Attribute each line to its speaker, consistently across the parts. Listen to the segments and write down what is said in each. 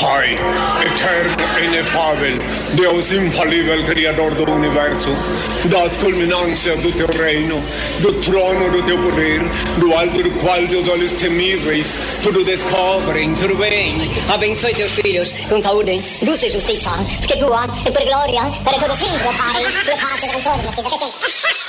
Speaker 1: Pai, eterno, inefável, Deus infalível, Criador do Universo, das culminâncias do teu reino, do trono do teu poder, do alto do qual teus olhos temíveis tudo descobrem, tudo bem.
Speaker 2: Abençoe teus filhos com saúde,
Speaker 3: luz e justiça, porque tua é tua glória para todo sempre, Pai, e paz com todos.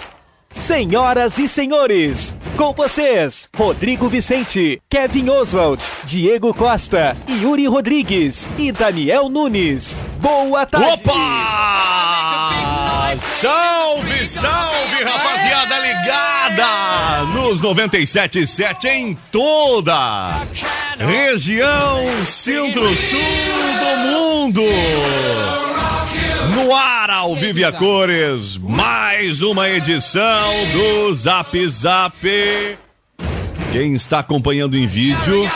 Speaker 4: Senhoras e senhores, com vocês, Rodrigo Vicente, Kevin Oswald, Diego Costa, Yuri Rodrigues e Daniel Nunes. Boa tarde!
Speaker 5: Opa! Salve, salve, rapaziada ligada nos 97.7 em toda região centro-sul do mundo. No ar, ao Vive a Cores, mais uma edição do Zap Zap. Quem está acompanhando em vídeo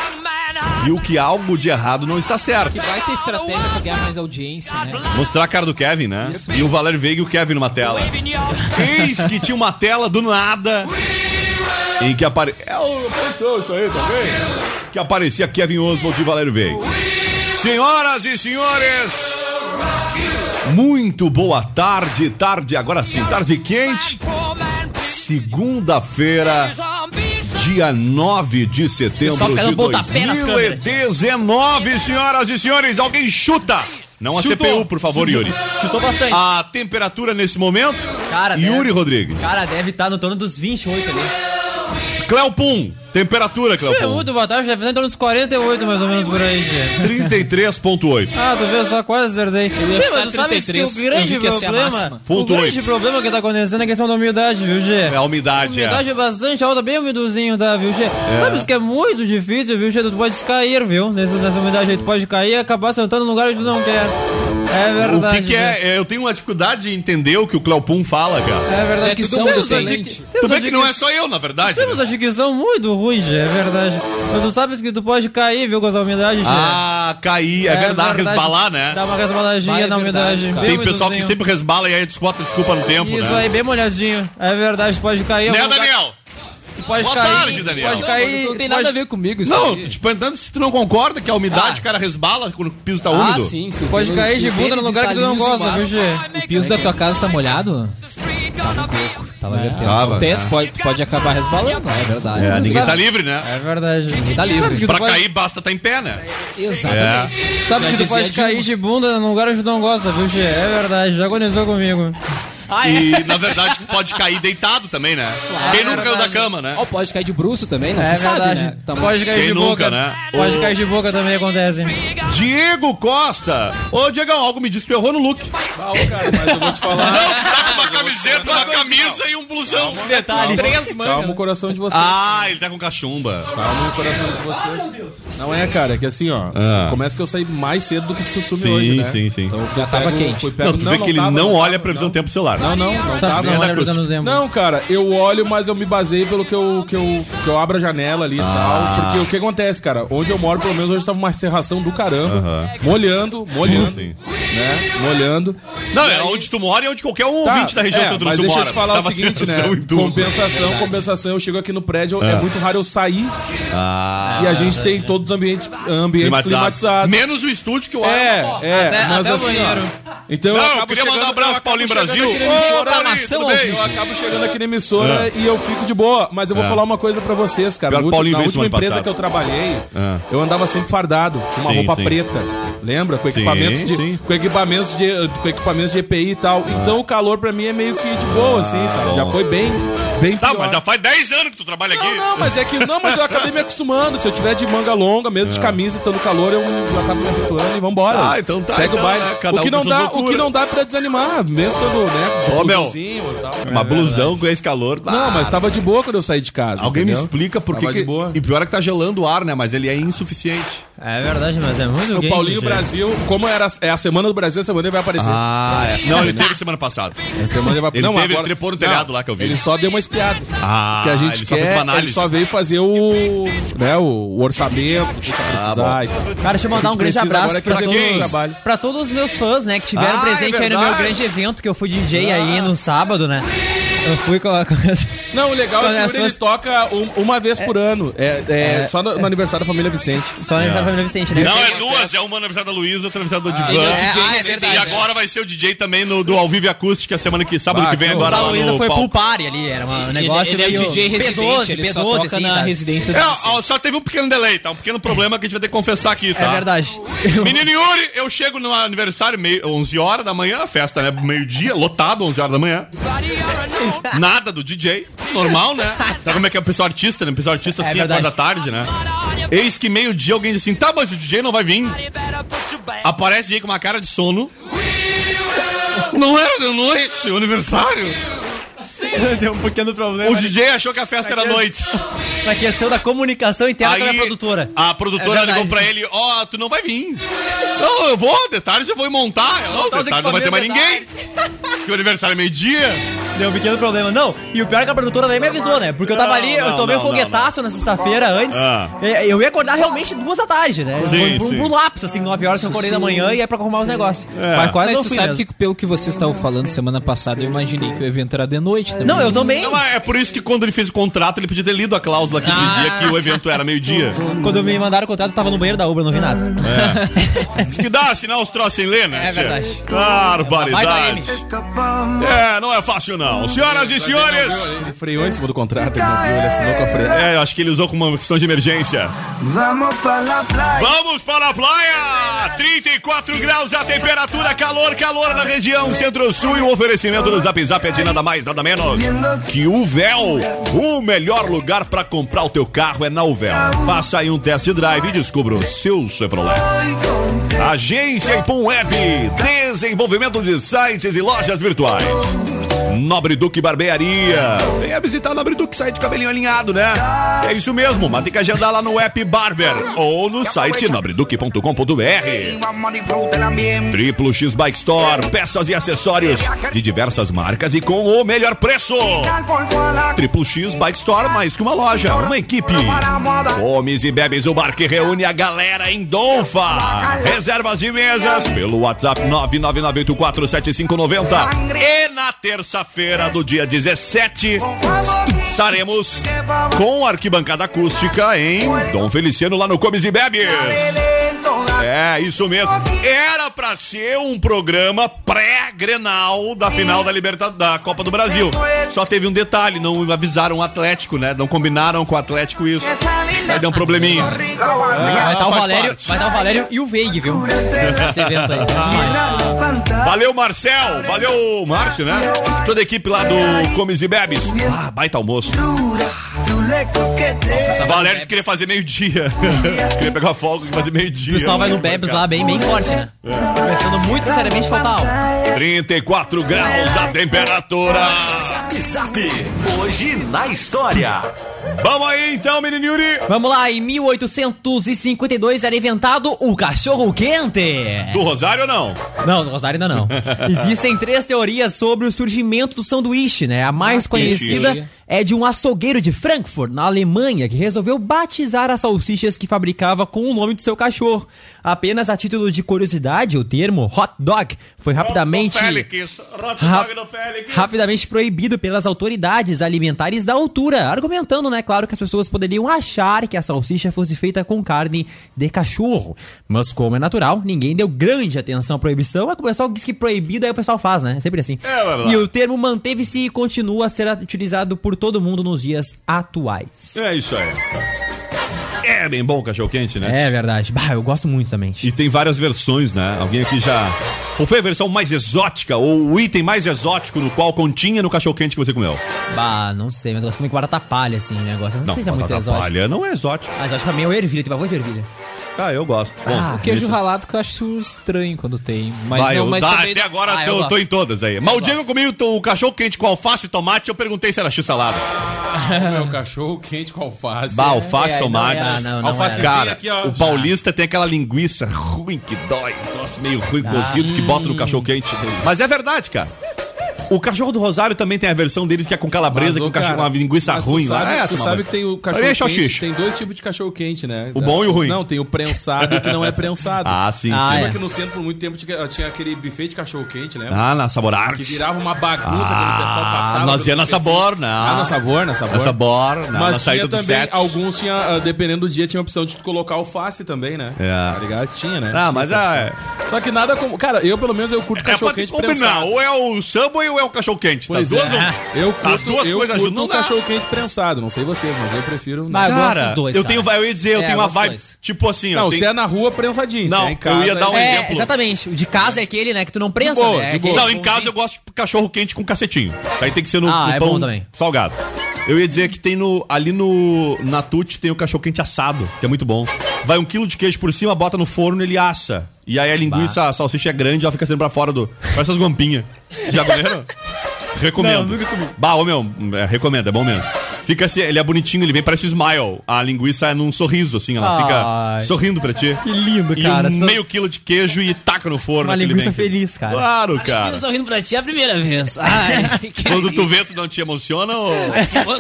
Speaker 5: viu que algo de errado não está certo.
Speaker 6: Que vai ter estratégia pra ganhar mais audiência, né?
Speaker 5: Mostrar a cara do Kevin, né? E o Valério Veiga e o Kevin numa tela. Eis que tinha uma tela do nada em que aparecia... É o... isso aí também? Que aparecia Kevin Oswald e Valério Veiga. Senhoras e senhores... Muito boa tarde, tarde agora sim, tarde quente. Segunda-feira, dia 9 de setembro de 2019, senhoras e senhores, alguém chuta. Não a Chutou. CPU, por favor, Yuri.
Speaker 6: Chutou bastante.
Speaker 5: A temperatura nesse momento,
Speaker 6: cara,
Speaker 5: Yuri deve, Rodrigues.
Speaker 6: Cara, deve estar no torno dos 28 ali.
Speaker 5: Cleopum, temperatura, Cleopum.
Speaker 6: Muito boa tarde, deve estar em torno dos 48 mais ou menos por aí.
Speaker 5: 33.8.
Speaker 6: Ah, tu vê, só quase acertei. Eu ia Pô, tu 33, que o grande problema,
Speaker 5: o
Speaker 6: grande
Speaker 5: 8.
Speaker 6: problema que tá acontecendo é a questão da umidade, viu, Gê?
Speaker 5: É a umidade,
Speaker 6: a umidade é. é bastante alta, bem umidozinho, tá, viu, Gê? É. Sabes que é muito difícil, viu, Gê? Tu pode cair, viu? Nessa, nessa umidade aí, tu pode cair e acabar sentando no lugar onde tu não quer. É verdade.
Speaker 5: O que, que é? é? Eu tenho uma dificuldade de entender o que o Cleopum fala, cara.
Speaker 6: É verdade.
Speaker 5: Que são
Speaker 6: decente.
Speaker 5: Tu vê que não é só eu, na verdade. né?
Speaker 6: Temos a dicção muito ruim, Gê, é verdade. Mas tu sabes que tu pode cair, viu, com essa umidade, Gê.
Speaker 5: Ah, cair, é, é verdade, verdade, resbalar, né?
Speaker 6: Dá uma resbaladinha é na umidade.
Speaker 7: um
Speaker 5: Cara. Tem pessoal que sempre resbala e aí desconta desculpa no tempo,
Speaker 6: Isso
Speaker 5: né?
Speaker 6: aí, bem molhadinho. É verdade, pode cair.
Speaker 5: Né, Daniel?
Speaker 6: Tu pode
Speaker 5: Boa
Speaker 6: cair,
Speaker 5: tarde, Daniel.
Speaker 6: Pode cair,
Speaker 8: não, não tem nada
Speaker 6: pode...
Speaker 8: a ver comigo isso
Speaker 5: Não,
Speaker 8: aí.
Speaker 5: tô te perguntando se tu não concorda que a umidade, ah. cara, resbala quando o piso tá úmido.
Speaker 6: Ah, sim. Se pode cair de bunda no lugar que tu
Speaker 4: tá
Speaker 6: não gosta, viu, Gê?
Speaker 8: O piso da tua casa tá molhado? Tava um pouco. Tava é,
Speaker 6: Ah.
Speaker 8: vertendo. Acontece, pode, pode acabar resbalando, é verdade.
Speaker 5: É, ninguém né? tá livre, né?
Speaker 6: É verdade.
Speaker 8: Ninguém tá livre.
Speaker 5: Pra pode... cair, né? basta tá em pé, né?
Speaker 8: Exatamente.
Speaker 6: É. Sabe Já que tu pode cair de bunda no lugar onde não gosta, viu, Gê? É verdade. Já agonizou comigo.
Speaker 5: Ah, é? E na verdade tu pode cair deitado também, né? Claro, Quem nunca é caiu da cama, né?
Speaker 8: Ou pode cair de bruxo também, né?
Speaker 6: É Você verdade. Sabe, né?
Speaker 5: Também. Pode cair Quem de boca, nunca, né?
Speaker 6: Pode o... cair de boca também acontece.
Speaker 5: Diego Costa. Ô, Diego, algo me disse que errou no look.
Speaker 7: Ah, cara, mas eu vou te falar.
Speaker 5: Não, tá com uma camiseta, uma camisa e um blusão.
Speaker 6: Calma, Detalhe,
Speaker 7: calma, três mangas. Calma o coração de vocês.
Speaker 5: Ah, ele tá com cachumba.
Speaker 7: Calma o coração de vocês. Não é, cara, é que assim, ó. Ah. Começa que eu saí mais cedo do que de costume
Speaker 5: sim,
Speaker 7: hoje,
Speaker 5: sim,
Speaker 7: né?
Speaker 5: Sim, sim,
Speaker 7: Então
Speaker 8: Já tava
Speaker 7: pego,
Speaker 8: quente.
Speaker 7: Fui pego,
Speaker 5: não, tu vê que ele
Speaker 7: tava,
Speaker 5: não olha
Speaker 7: tava,
Speaker 5: a previsão
Speaker 7: não.
Speaker 5: do tempo celular.
Speaker 7: Não, não, não
Speaker 6: Sabe,
Speaker 7: tava.
Speaker 6: não olha
Speaker 5: da
Speaker 6: precisando do tempo.
Speaker 7: Não, cara, eu olho, mas eu me baseio pelo que eu, que eu, que eu abro a janela ali e
Speaker 5: Ah.
Speaker 7: tal. Porque o que acontece, cara? Onde eu moro, pelo menos hoje tava uma serração do caramba. Molhando, molhando.
Speaker 5: Sim,
Speaker 7: Né? Molhando.
Speaker 5: Não, é onde tu mora e onde qualquer um
Speaker 7: Tá,
Speaker 5: ouvinte da região
Speaker 7: é, mas
Speaker 5: centro-sul mora.
Speaker 7: deixa eu te falar
Speaker 5: Tava
Speaker 7: o seguinte, né?
Speaker 5: sensação em tudo.
Speaker 7: Compensação,
Speaker 5: É.
Speaker 7: compensação. Eu chego aqui no prédio, é,
Speaker 5: Ah.
Speaker 7: muito raro eu sair
Speaker 5: Ah,
Speaker 7: e a gente tem todos os ambientes, ambientes
Speaker 5: climatizado.
Speaker 7: climatizados.
Speaker 5: Menos o estúdio que eu
Speaker 7: É, é,
Speaker 6: Até-
Speaker 7: mas
Speaker 6: até o
Speaker 7: assim,
Speaker 6: banheiro.
Speaker 7: ó, então
Speaker 5: Não,
Speaker 7: eu
Speaker 5: eu
Speaker 7: acabo
Speaker 5: queria mandar um
Speaker 7: chegando-
Speaker 5: abraço
Speaker 7: eu acabo
Speaker 5: Paulinho
Speaker 7: chegando
Speaker 5: Brasil.
Speaker 7: aqui na
Speaker 5: Ô,
Speaker 7: emissora, É.
Speaker 5: Paulinho,
Speaker 7: amação
Speaker 5: tudo bem?
Speaker 7: Eu acabo chegando aqui na emissora e eu fico de boa, mas eu vou
Speaker 5: É.
Speaker 7: falar uma coisa pra vocês, cara.
Speaker 5: Pior
Speaker 7: Na
Speaker 5: que Paulinho
Speaker 7: última, na
Speaker 5: veio semana
Speaker 7: última empresa
Speaker 5: passada.
Speaker 7: que eu trabalhei,
Speaker 5: É.
Speaker 7: eu andava sempre fardado, com uma
Speaker 5: Sim,
Speaker 7: roupa
Speaker 5: sim.
Speaker 7: preta. Lembra? Com
Speaker 5: Sim,
Speaker 7: equipamentos,
Speaker 5: sim.
Speaker 7: de, com, equipamentos é de, com equipamentos de EPI e tal. Então o calor pra mim é meio que de boa, assim, sabe? Já
Speaker 5: bom.
Speaker 7: foi bem.
Speaker 4: Bem
Speaker 5: Tá,
Speaker 4: pior.
Speaker 5: mas já faz 10 anos que tu trabalha aqui.
Speaker 4: Não, não, mas é que. Não, mas eu acabei me acostumando. Se eu tiver de manga longa, mesmo de camisa, estando calor, eu, eu acabo me habituando e vambora.
Speaker 5: É. Ah, então tá,
Speaker 4: Segue
Speaker 5: então,
Speaker 4: o baile.
Speaker 5: né, cada
Speaker 4: o, que
Speaker 5: um
Speaker 4: não
Speaker 5: com suas
Speaker 4: dá, o que
Speaker 5: loucuras.
Speaker 4: não dá pra desanimar, mesmo todo, né? De
Speaker 5: Ô, meu,
Speaker 4: blusinho e tal.
Speaker 5: Uma
Speaker 7: É
Speaker 5: blusão com esse calor. Ah,
Speaker 4: Não, mas tava de boa quando eu saí de casa.
Speaker 5: Alguém me
Speaker 4: entendeu?
Speaker 5: explica por que.
Speaker 4: Tava de
Speaker 5: que-
Speaker 4: boa.
Speaker 5: E pior é que tá gelando o ar, né? Mas ele é insuficiente.
Speaker 7: É verdade, mas é muito
Speaker 4: O
Speaker 7: gay,
Speaker 4: Paulinho
Speaker 7: gente.
Speaker 4: Brasil, como era, é a semana do Brasil, essa semana ele vai aparecer.
Speaker 5: Ah, é. Não, ele teve semana passada.
Speaker 4: Essa semana ele vai
Speaker 5: Ele teve, ele trepou no telhado
Speaker 4: Não,
Speaker 5: lá que eu vi.
Speaker 4: Ele só deu uma espiada.
Speaker 5: Ah,
Speaker 4: que a gente
Speaker 5: ele só fez
Speaker 4: quer,
Speaker 5: uma análise.
Speaker 4: ele só veio fazer o, né, o, o orçamento do que
Speaker 5: Ah,
Speaker 4: tá precisar e tal.
Speaker 7: Cara, deixa eu mandar
Speaker 4: A
Speaker 7: um
Speaker 4: gente
Speaker 7: grande
Speaker 4: precisa
Speaker 7: abraço
Speaker 4: agora que
Speaker 7: pra
Speaker 4: fazer um trabalho.
Speaker 7: todos, pra todos os meus fãs, né, que
Speaker 5: Ah,
Speaker 7: tiveram
Speaker 5: é
Speaker 7: presente aí no meu
Speaker 5: verdade.
Speaker 7: grande evento que eu fui DJ aí no sábado, né? Eu fui com a. com as-
Speaker 4: Não, o legal
Speaker 7: Quando
Speaker 4: é
Speaker 7: as
Speaker 4: que o Yuri, ele
Speaker 7: suas-
Speaker 4: toca um- uma vez por ano. É, é só no, no aniversário da família Vicente.
Speaker 7: Só na aniversário da família Vicente, né?
Speaker 5: Não, é duas. É uma na amizade da Luísa, outra na amizade do
Speaker 7: ele é o
Speaker 5: Divan.
Speaker 7: DJ, ah, é verdade.
Speaker 5: E agora vai ser o DJ também no, do Ao Vivo e Acústica, semana que sábado
Speaker 4: Ah,
Speaker 5: que vem
Speaker 4: que
Speaker 5: agora
Speaker 7: A
Speaker 5: lá
Speaker 7: Luísa
Speaker 5: no
Speaker 7: foi
Speaker 5: palco.
Speaker 7: pro party ali, era um
Speaker 8: Ele,
Speaker 7: negócio
Speaker 8: ele é
Speaker 7: meio
Speaker 8: DJ residente,
Speaker 7: P12,
Speaker 8: ele só
Speaker 7: P12,
Speaker 8: toca
Speaker 7: assim,
Speaker 8: na
Speaker 7: sabe?
Speaker 8: residência
Speaker 5: É,
Speaker 8: do Vicente.
Speaker 5: ó, só teve um pequeno delay, tá? Um pequeno problema que a gente vai ter que confessar aqui, tá?
Speaker 7: É verdade.
Speaker 5: Menino Yuri, eu chego no aniversário meio, 11 horas da manhã, a festa, né? Meio-dia, lotado, 11 horas da manhã. Nada do DJ, normal, né? Sabe como é que é o pessoal artista, né? O pessoal artista,
Speaker 7: É
Speaker 5: 5 horas
Speaker 7: verdade.
Speaker 5: da tarde, né? Eis que meio-dia alguém diz assim, tá, mas o DJ não vai vir. Aparece aí com uma cara de sono. Não era de noite o aniversário?
Speaker 7: Deu um pequeno problema.
Speaker 5: O DJ achou que a festa era à noite.
Speaker 7: Na questão da comunicação interna com a minha produtora.
Speaker 5: A
Speaker 7: É
Speaker 5: produtora
Speaker 7: verdade.
Speaker 5: ligou pra ele, ó, tu não vai vir. Não, eu vou, de tarde eu vou montar. Eu, Não,
Speaker 7: Montar os
Speaker 5: de tarde não vai ter mais ninguém.
Speaker 7: equipamentos
Speaker 5: que o aniversário é meio-dia.
Speaker 7: Deu um pequeno problema. Não, e o pior é que a produtora daí me avisou, né? Porque eu tava
Speaker 5: Não,
Speaker 7: ali, eu
Speaker 5: não,
Speaker 7: tomei um
Speaker 5: não, não,
Speaker 7: foguetaço na sexta-feira antes.
Speaker 5: Ah.
Speaker 7: E- Eu ia acordar realmente duas da tarde, né?
Speaker 5: Sim,
Speaker 7: Foi por,
Speaker 5: sim.
Speaker 7: por lápis, assim, nove horas que eu acordei da manhã e é pra arrumar os negócios.
Speaker 4: É.
Speaker 7: Mas quase
Speaker 8: Mas
Speaker 7: não
Speaker 8: tu
Speaker 7: fui
Speaker 8: sabe
Speaker 7: mesmo.
Speaker 8: que pelo que vocês estavam falando semana passada, eu imaginei que o evento era de noite também.
Speaker 7: Não, eu também.
Speaker 5: Não, é é por isso que quando ele fez o contrato, ele podia ter lido a cláusula que
Speaker 7: Ah,
Speaker 5: dizia que o evento era meio-dia.
Speaker 7: Quando me mandaram o contrato, eu tava no banheiro da Uber, não vi nada.
Speaker 5: Diz que dá assinar os troços sem ler, né?
Speaker 7: É
Speaker 5: tia?
Speaker 7: verdade. Vai da M.
Speaker 5: Barbaridade. É, não é fácil não. Senhoras e senhores...
Speaker 4: Ele freou em cima do contrato, ele não viu, ele assinou com a freada.
Speaker 5: É, eu acho que ele usou como uma questão de emergência. Vamos para a praia! 34 graus a temperatura, calor, calor na região centro-sul e o oferecimento do Zap Zap é de nada mais, nada menos que o Véu. O melhor lugar para comprar o teu carro é na Uvel. Faça aí um test drive e descubra o seu Chevrolet. Agência Ipum Web, desenvolvimento de sites e lojas virtuais. Nobre Duque Barbearia. Venha visitar o Nobre Duque, site cabelinho alinhado, né? É isso mesmo, mas tem que agendar lá no app Barber ou no site nobreduque.com.br. Triplo X Bike Store, peças e acessórios de diversas marcas e com o melhor preço. Triplo X Bike Store, mais que uma loja, uma equipe. Comes e bebes o bar que reúne a galera em Donfa. Reservas de mesas pelo WhatsApp 999847590. E na terça-feira do dia 17, estaremos com arquibancada acústica em Dom Feliciano lá no Comes e Bebes. É, isso mesmo. Era pra ser um programa pré-grenal da final da Libertadores da Copa do Brasil. Só teve um detalhe, não avisaram o Atlético, né? Não combinaram com o Atlético isso. Aí deu um probleminha. Ah,
Speaker 7: vai estar Tá o
Speaker 5: faz
Speaker 7: Valério,
Speaker 5: parte.
Speaker 7: vai dar o Valério e o Veig, viu? Esse evento aí.
Speaker 5: Valeu, Marcel. Valeu, Márcio, né? Toda a equipe lá do Comes e Bebes. Ah, baita almoço. Valério disse que queria fazer meio-dia. queria pegar folga e fazer
Speaker 7: O
Speaker 5: meio-dia.
Speaker 7: pessoal vai no Bebes lá bem, bem forte, né?
Speaker 4: É.
Speaker 7: Começando muito seriamente fatal.
Speaker 5: 34 graus a temperatura.
Speaker 9: Zap Zap, hoje na história.
Speaker 5: Vamos aí então, menino Yuri.
Speaker 7: Vamos lá, em 1852 era inventado o cachorro quente.
Speaker 5: Do Rosário ou não?
Speaker 7: Não, do Rosário ainda não. Existem três teorias sobre o surgimento do sanduíche, né? A mais conhecida é de um açougueiro de Frankfurt, na Alemanha, que resolveu batizar as salsichas que fabricava com o nome do seu cachorro. Apenas a título de curiosidade, o termo hot dog foi rapidamente.
Speaker 5: Félix. Rock
Speaker 7: Ra-
Speaker 5: Dog do Félix.
Speaker 7: rapidamente proibido pelas autoridades alimentares da altura, argumentando, né, claro, que as pessoas poderiam achar que a salsicha fosse feita com carne de cachorro. Mas como é natural, ninguém deu grande atenção à proibição, mas o pessoal diz que proibido, aí o pessoal faz, né? É sempre assim.
Speaker 5: É, vai lá.
Speaker 7: e o termo manteve-se e continua a ser utilizado por todo mundo nos dias atuais.
Speaker 5: É isso aí. É bem bom o cachorro quente, né?
Speaker 7: É verdade. Bah, eu gosto muito também.
Speaker 5: E tem várias versões, né? Alguém aqui já Qual foi a versão mais exótica ou o item mais exótico no qual continha no cachorro quente que você comeu?
Speaker 7: Bah, não sei, mas eu gosto de comer com batata palha, assim, negócio. Eu não,
Speaker 5: Não,
Speaker 7: sei se é muito
Speaker 5: batata
Speaker 7: exótico.
Speaker 5: palha não é exótico.
Speaker 7: Mas acho que pra mim é o ervilha, tem pavor de ervilha.
Speaker 5: Ah, eu gosto. Bom,
Speaker 8: o queijo
Speaker 5: nesse-
Speaker 8: ralado que eu acho estranho quando tem. Mas
Speaker 5: Vai,
Speaker 8: não,
Speaker 5: eu-
Speaker 8: mas
Speaker 5: tá,
Speaker 8: também
Speaker 5: até
Speaker 8: não-
Speaker 5: agora
Speaker 8: Ah,
Speaker 5: eu,
Speaker 8: eu
Speaker 5: tô
Speaker 8: gosto.
Speaker 5: em todas aí. Mas o dia que eu comi o, o cachorro quente com alface e tomate, eu perguntei se era x-salada.
Speaker 4: Meu Um cachorro quente com alface.
Speaker 5: Bah, alface,
Speaker 8: É, aí não
Speaker 5: tomate.
Speaker 8: era, não, não
Speaker 4: Alfacezinha
Speaker 5: Cara,
Speaker 4: aqui, ó.
Speaker 5: o paulista tem aquela linguiça ruim que dói. Nossa, meio ruim,
Speaker 8: Ah.
Speaker 5: cozido, que bota no cachorro quente.
Speaker 8: Hum.
Speaker 5: Mas é verdade, cara. O cachorro do Rosário também tem a versão deles que é com
Speaker 4: Mas,
Speaker 5: calabresa, que é
Speaker 4: ô,
Speaker 5: um cachorro,
Speaker 4: cara,
Speaker 5: uma linguiça
Speaker 4: mas
Speaker 5: ruim
Speaker 4: tu
Speaker 5: lá.
Speaker 4: Sabe,
Speaker 5: É,
Speaker 4: tu
Speaker 5: tomar
Speaker 4: sabe
Speaker 5: banho.
Speaker 4: que tem o cachorro
Speaker 5: Aí é
Speaker 4: quente,
Speaker 5: salsicha.
Speaker 4: tem dois tipos de cachorro quente, né?
Speaker 5: O bom e o ruim.
Speaker 4: Não, tem o prensado que não é prensado.
Speaker 5: Ah, sim,
Speaker 7: Ah,
Speaker 5: sim.
Speaker 4: Lembra
Speaker 7: é.
Speaker 4: que no centro por muito tempo tinha tinha aquele buffet de cachorro quente, né?
Speaker 5: Ah, na Sabor
Speaker 4: Que
Speaker 5: Arts.
Speaker 4: virava uma bagunça
Speaker 5: Ah,
Speaker 4: quando o pessoal passava.
Speaker 5: nós ia na Sabor, né?
Speaker 4: Ah, na sabor, na sabor.
Speaker 5: Na Sabor, na, na
Speaker 4: Mas tinha
Speaker 5: saída do
Speaker 4: também,
Speaker 5: set.
Speaker 4: alguns tinha, ah, dependendo do dia, tinha a opção de tu colocar alface também, né?
Speaker 5: É.
Speaker 4: Tá ligado? Tinha, né?
Speaker 5: Ah,
Speaker 4: Tinha
Speaker 5: mas
Speaker 4: essa
Speaker 5: é-
Speaker 4: opção. Só que nada como. Cara, eu pelo menos eu curto
Speaker 5: É pra
Speaker 4: cachorro
Speaker 5: te
Speaker 4: quente
Speaker 5: combinar,
Speaker 4: prensado.
Speaker 5: ou é o Subway ou é o cachorro quente.
Speaker 4: Pois
Speaker 5: duas,
Speaker 4: é.
Speaker 5: ou-
Speaker 4: Eu curto,
Speaker 5: As duas
Speaker 4: eu
Speaker 5: coisas
Speaker 4: curto
Speaker 5: ajudam.
Speaker 4: um cachorro quente prensado. Não sei vocês, mas eu prefiro.
Speaker 7: Mas- eu gosto dos dois,
Speaker 5: eu
Speaker 7: cara.
Speaker 5: tenho, eu ia dizer, eu
Speaker 7: É,
Speaker 5: tenho
Speaker 7: eu
Speaker 5: uma
Speaker 7: gosto dos
Speaker 5: vibe,
Speaker 7: dois.
Speaker 5: tipo assim,
Speaker 4: Não,
Speaker 5: ó,
Speaker 4: se
Speaker 5: tem-
Speaker 4: é na rua, prensadinho.
Speaker 5: Não,
Speaker 4: se é em casa,
Speaker 5: eu ia dar um
Speaker 4: aí-
Speaker 7: É,
Speaker 5: exemplo.
Speaker 7: exatamente. O de casa é aquele, né, que tu não prensa,
Speaker 4: boa,
Speaker 7: né?
Speaker 4: de
Speaker 7: É
Speaker 5: Não,
Speaker 7: aquele
Speaker 5: em
Speaker 7: pãozinho.
Speaker 5: casa eu gosto de cachorro quente com cacetinho. Aí tem que ser no,
Speaker 7: Ah,
Speaker 5: no
Speaker 7: é
Speaker 5: pão
Speaker 7: bom também.
Speaker 5: salgado. Eu ia dizer que tem no. Ali no. Na Tut tem o cachorro quente assado, que é muito bom. Vai um quilo de queijo por cima, bota no forno, ele assa. E aí a linguiça, a salsicha é grande, ela fica sendo pra fora do. Parece essas guampinhas. Vocês Já comeram? Recomendo. Bah, ô meu, é, recomendo, é bom mesmo. Fica assim, ele é bonitinho, ele vem, parece smile. A linguiça é num sorriso, assim, ela
Speaker 7: Ai.
Speaker 5: fica sorrindo pra ti.
Speaker 7: Que lindo,
Speaker 5: E
Speaker 7: cara.
Speaker 5: um
Speaker 7: Só-
Speaker 5: meio quilo de queijo e taca no forno.
Speaker 7: Uma
Speaker 5: aquele
Speaker 7: linguiça
Speaker 5: bem-
Speaker 7: feliz, cara.
Speaker 5: Claro, cara.
Speaker 8: Eu tô rindo pra ti é a primeira vez. Ai, que
Speaker 5: Quando
Speaker 8: delícia.
Speaker 5: tu vê, tu não te emociona ou...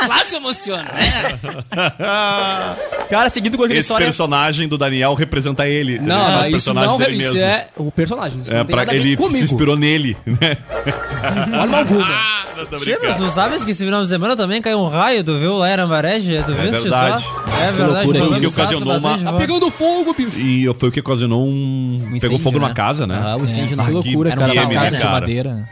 Speaker 8: Claro que se emociona, né?
Speaker 7: Cara, seguido com aquela
Speaker 5: Esse
Speaker 7: história...
Speaker 5: personagem do Daniel representa ele. entendeu?
Speaker 8: é-
Speaker 5: É
Speaker 8: Não,
Speaker 5: o
Speaker 4: um
Speaker 8: não, Ah, isso
Speaker 5: personagem
Speaker 8: não
Speaker 5: dele
Speaker 8: isso
Speaker 5: mesmo.
Speaker 8: é o personagem. Isso
Speaker 5: É,
Speaker 8: não tem
Speaker 5: pra,
Speaker 8: nada a ver
Speaker 5: ele se
Speaker 8: comigo.
Speaker 5: inspirou nele, né?
Speaker 8: De forma alguma.
Speaker 5: Ah, não tô
Speaker 7: Tchê, mas
Speaker 5: brincando.
Speaker 7: tu sabes que esse final de semana também caiu um raio, tu viu lá em Arambarege?
Speaker 4: É
Speaker 7: Tu viste
Speaker 5: verdade.
Speaker 7: só? É verdade.
Speaker 8: loucura,
Speaker 7: foi
Speaker 8: que
Speaker 7: um desastre,
Speaker 5: ocasionou
Speaker 7: bastante
Speaker 5: uma-
Speaker 8: Tá
Speaker 7: voz.
Speaker 8: pegando fogo, bicho.
Speaker 5: E foi o que ocasionou um...
Speaker 7: Um incêndio,
Speaker 5: Pegou fogo
Speaker 7: né?
Speaker 5: numa casa, né?
Speaker 7: Ah, o incêndio na
Speaker 5: que
Speaker 7: rua.
Speaker 5: loucura,
Speaker 8: era
Speaker 5: cara,
Speaker 8: uma
Speaker 5: né,
Speaker 8: casa de
Speaker 5: cara?
Speaker 8: madeira.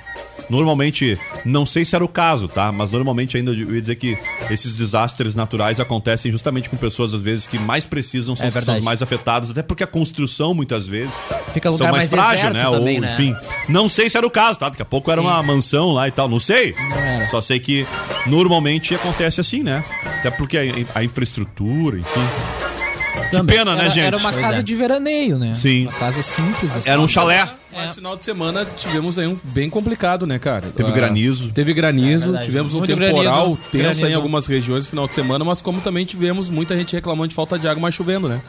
Speaker 5: Normalmente, não sei se era o caso, tá? Mas normalmente ainda eu ia dizer que esses desastres naturais acontecem justamente com pessoas, às vezes, que mais precisam, são
Speaker 7: É
Speaker 5: as que são
Speaker 7: verdade.
Speaker 5: mais afetadas, até porque a construção, muitas vezes,
Speaker 7: Fica
Speaker 5: são
Speaker 7: lugar
Speaker 5: mais,
Speaker 7: mais,
Speaker 5: frágil,
Speaker 7: deserto
Speaker 5: né?
Speaker 7: também,
Speaker 5: Ou,
Speaker 7: né?
Speaker 5: enfim. Não sei se era o caso, tá? Daqui a pouco era
Speaker 7: Sim.
Speaker 5: uma mansão lá e tal, não sei.
Speaker 8: era.
Speaker 5: Só sei que normalmente acontece assim, né? Até porque a, a infraestrutura, enfim.
Speaker 8: Também.
Speaker 5: pena, né,
Speaker 8: Era-
Speaker 5: gente?
Speaker 8: Era uma
Speaker 5: Pois
Speaker 8: casa
Speaker 7: é.
Speaker 8: de veraneio, né?
Speaker 5: Sim.
Speaker 8: Uma casa simples, assim.
Speaker 5: Era um chalé.
Speaker 4: Mas final de semana tivemos aí um bem complicado, né, cara?
Speaker 5: Teve
Speaker 4: Ah,
Speaker 5: granizo.
Speaker 4: Teve granizo,
Speaker 7: É verdade.
Speaker 4: tivemos um
Speaker 7: Muito
Speaker 4: temporal
Speaker 7: granizo,
Speaker 4: tenso
Speaker 7: granizo.
Speaker 4: aí em algumas regiões no final de semana, mas como também tivemos muita gente reclamando de falta de água, mas chovendo, né?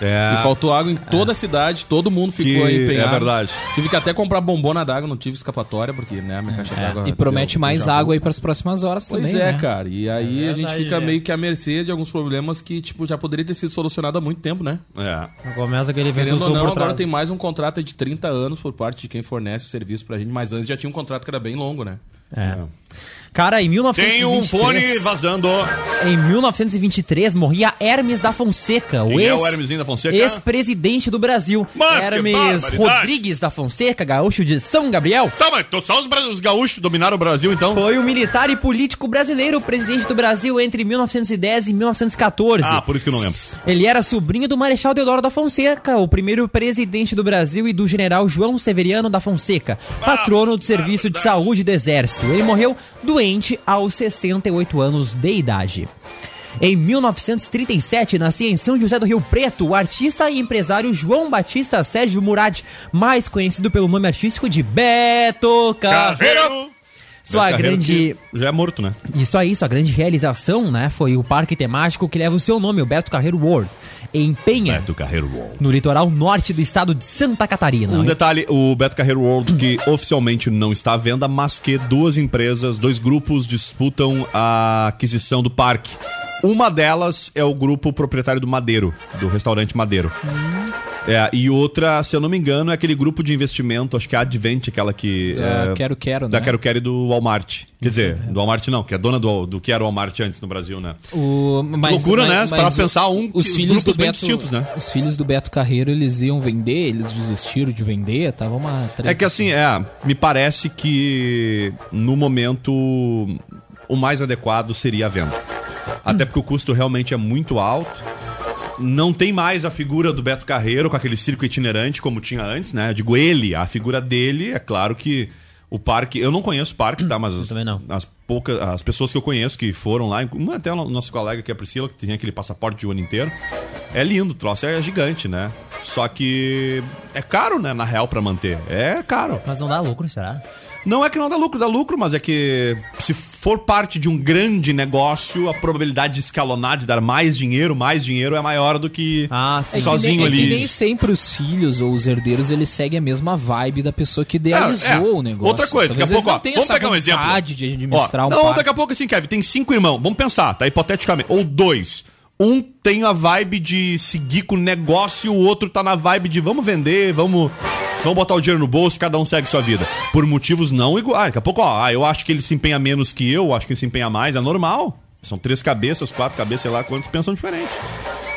Speaker 5: É.
Speaker 7: Ah.
Speaker 4: E faltou água em toda a cidade, todo mundo ficou
Speaker 5: Que
Speaker 4: aí empenhado.
Speaker 5: é verdade.
Speaker 4: Tive que até comprar bombona d'água, não tive escapatória, porque, né, a minha caixa
Speaker 7: Ah,
Speaker 4: d'água...
Speaker 8: E promete
Speaker 4: deu-
Speaker 8: mais
Speaker 4: já-
Speaker 8: água aí pras próximas horas
Speaker 4: Pois
Speaker 8: também,
Speaker 4: é,
Speaker 8: né?
Speaker 4: cara. E aí a gente
Speaker 5: é.
Speaker 4: fica meio que à mercê de alguns problemas que, tipo, já poderia ter sido solucionado há muito tempo, né?
Speaker 5: É.
Speaker 7: Começa aquele vento
Speaker 4: Querendo ou não,
Speaker 7: por
Speaker 4: agora
Speaker 7: trás.
Speaker 4: tem mais um contrato de 30 anos por parte de quem fornece o serviço pra gente, mas antes já tinha um contrato que era bem longo, né?
Speaker 7: É. Cara, em 1923...
Speaker 5: Tem um fone vazando.
Speaker 7: Em 1923 morria Hermes da Fonseca, o
Speaker 5: Quem é o
Speaker 7: ex-
Speaker 5: Hermesinho da Fonseca?
Speaker 7: ex-presidente do Brasil.
Speaker 5: Mas que
Speaker 7: Hermes
Speaker 5: barbaridade.
Speaker 7: Rodrigues da Fonseca, gaúcho de São Gabriel.
Speaker 5: Tá, mas tô só os, bra- os gaúchos dominaram o Brasil, então.
Speaker 7: Foi um militar e político brasileiro, presidente do Brasil entre 1910 e 1914.
Speaker 5: Ah, por isso que eu não lembro.
Speaker 7: Ele era sobrinho do Marechal Deodoro da Fonseca, o primeiro presidente do Brasil e do general João Severiano da Fonseca, patrono do Serviço de Saúde do Exército. Ele morreu doente aos 68 anos de idade. Em 1937, nascia em São José do Rio Preto o artista e empresário João Batista Sérgio Murad, mais conhecido pelo nome artístico de Beto Carreiro.
Speaker 5: Carreiro.
Speaker 7: Sua
Speaker 5: Carreiro
Speaker 7: grande
Speaker 5: que Já é morto, né?
Speaker 7: isso aí, sua grande realização, né, foi o parque temático que leva o seu nome, o Beto Carreiro World, em Penha,
Speaker 5: Beto É, Carreiro World.
Speaker 7: no litoral norte do estado de Santa Catarina.
Speaker 5: Um detalhe, o Beto Carreiro World que oficialmente não está à venda, mas que duas empresas, dois grupos disputam a aquisição do parque. Uma delas é o grupo proprietário do Madeiro, do restaurante Madeiro.
Speaker 8: Hum.
Speaker 5: É, e outra, se eu não me engano, é aquele grupo de investimento, acho que é a Advent, aquela que.
Speaker 8: Da
Speaker 5: é,
Speaker 8: Quero Quero,
Speaker 5: Da
Speaker 8: né?
Speaker 5: Quero Quero e do Walmart. Quer dizer, do Walmart não, que é dona do, do que era o Walmart antes no Brasil, né?
Speaker 8: O, mas,
Speaker 5: Loucura, né? Se parar pra
Speaker 8: o-
Speaker 5: pensar, um-
Speaker 8: os
Speaker 5: os
Speaker 8: filhos do
Speaker 5: grupos bem
Speaker 8: Beto,
Speaker 5: distintos, né?
Speaker 8: Os filhos do Beto Carreiro, eles iam vender, eles desistiram de vender, tá? tava uma treta.
Speaker 5: É que assim, é, me parece que no momento o mais adequado seria a venda. Até porque o custo realmente é muito alto. Não tem mais a figura do Beto Carreiro com aquele circo itinerante como tinha antes, né? Eu digo ele, a figura dele, é claro que o parque. Eu não conheço o parque, tá? Mas as, as poucas. As pessoas que eu conheço que foram lá, uma até a nossa colega que é a Priscila, que tem aquele passaporte de um ano inteiro. É lindo, o troço é gigante, né? Só que. É caro, né? Na real, pra manter. É caro.
Speaker 7: Mas não dá lucro, será?
Speaker 5: Não é que não dá lucro, dá lucro, mas é que se for parte de um grande negócio, a probabilidade de escalonar, de dar mais dinheiro, mais dinheiro é maior do que
Speaker 8: Ah, sim.
Speaker 5: sozinho
Speaker 8: é que nem, É que
Speaker 5: ali.
Speaker 8: nem sempre os filhos ou os herdeiros eles seguem a mesma vibe da pessoa que idealizou
Speaker 5: É, é.
Speaker 8: o negócio.
Speaker 5: Outra coisa, daqui a
Speaker 8: Talvez
Speaker 5: pouco,
Speaker 8: eles
Speaker 5: ó,
Speaker 8: não tenham
Speaker 5: vamos
Speaker 8: essa
Speaker 5: pegar um exemplo.
Speaker 8: vontade de administrar
Speaker 5: Ó,
Speaker 8: um
Speaker 5: Não,
Speaker 8: parque.
Speaker 5: daqui a pouco assim, Kevin, tem cinco irmãos, vamos pensar, tá? Hipoteticamente. Ou dois. Um tem a vibe de seguir com o negócio, o outro tá na vibe de vamos vender, vamos, vamos botar o dinheiro no bolso, cada um segue sua vida. Por motivos não iguais. Ah, daqui a pouco, ó, ah, eu acho que ele se empenha menos que eu, acho que ele se empenha mais, é normal. São três cabeças, quatro cabeças, sei lá, quantos pensam diferente.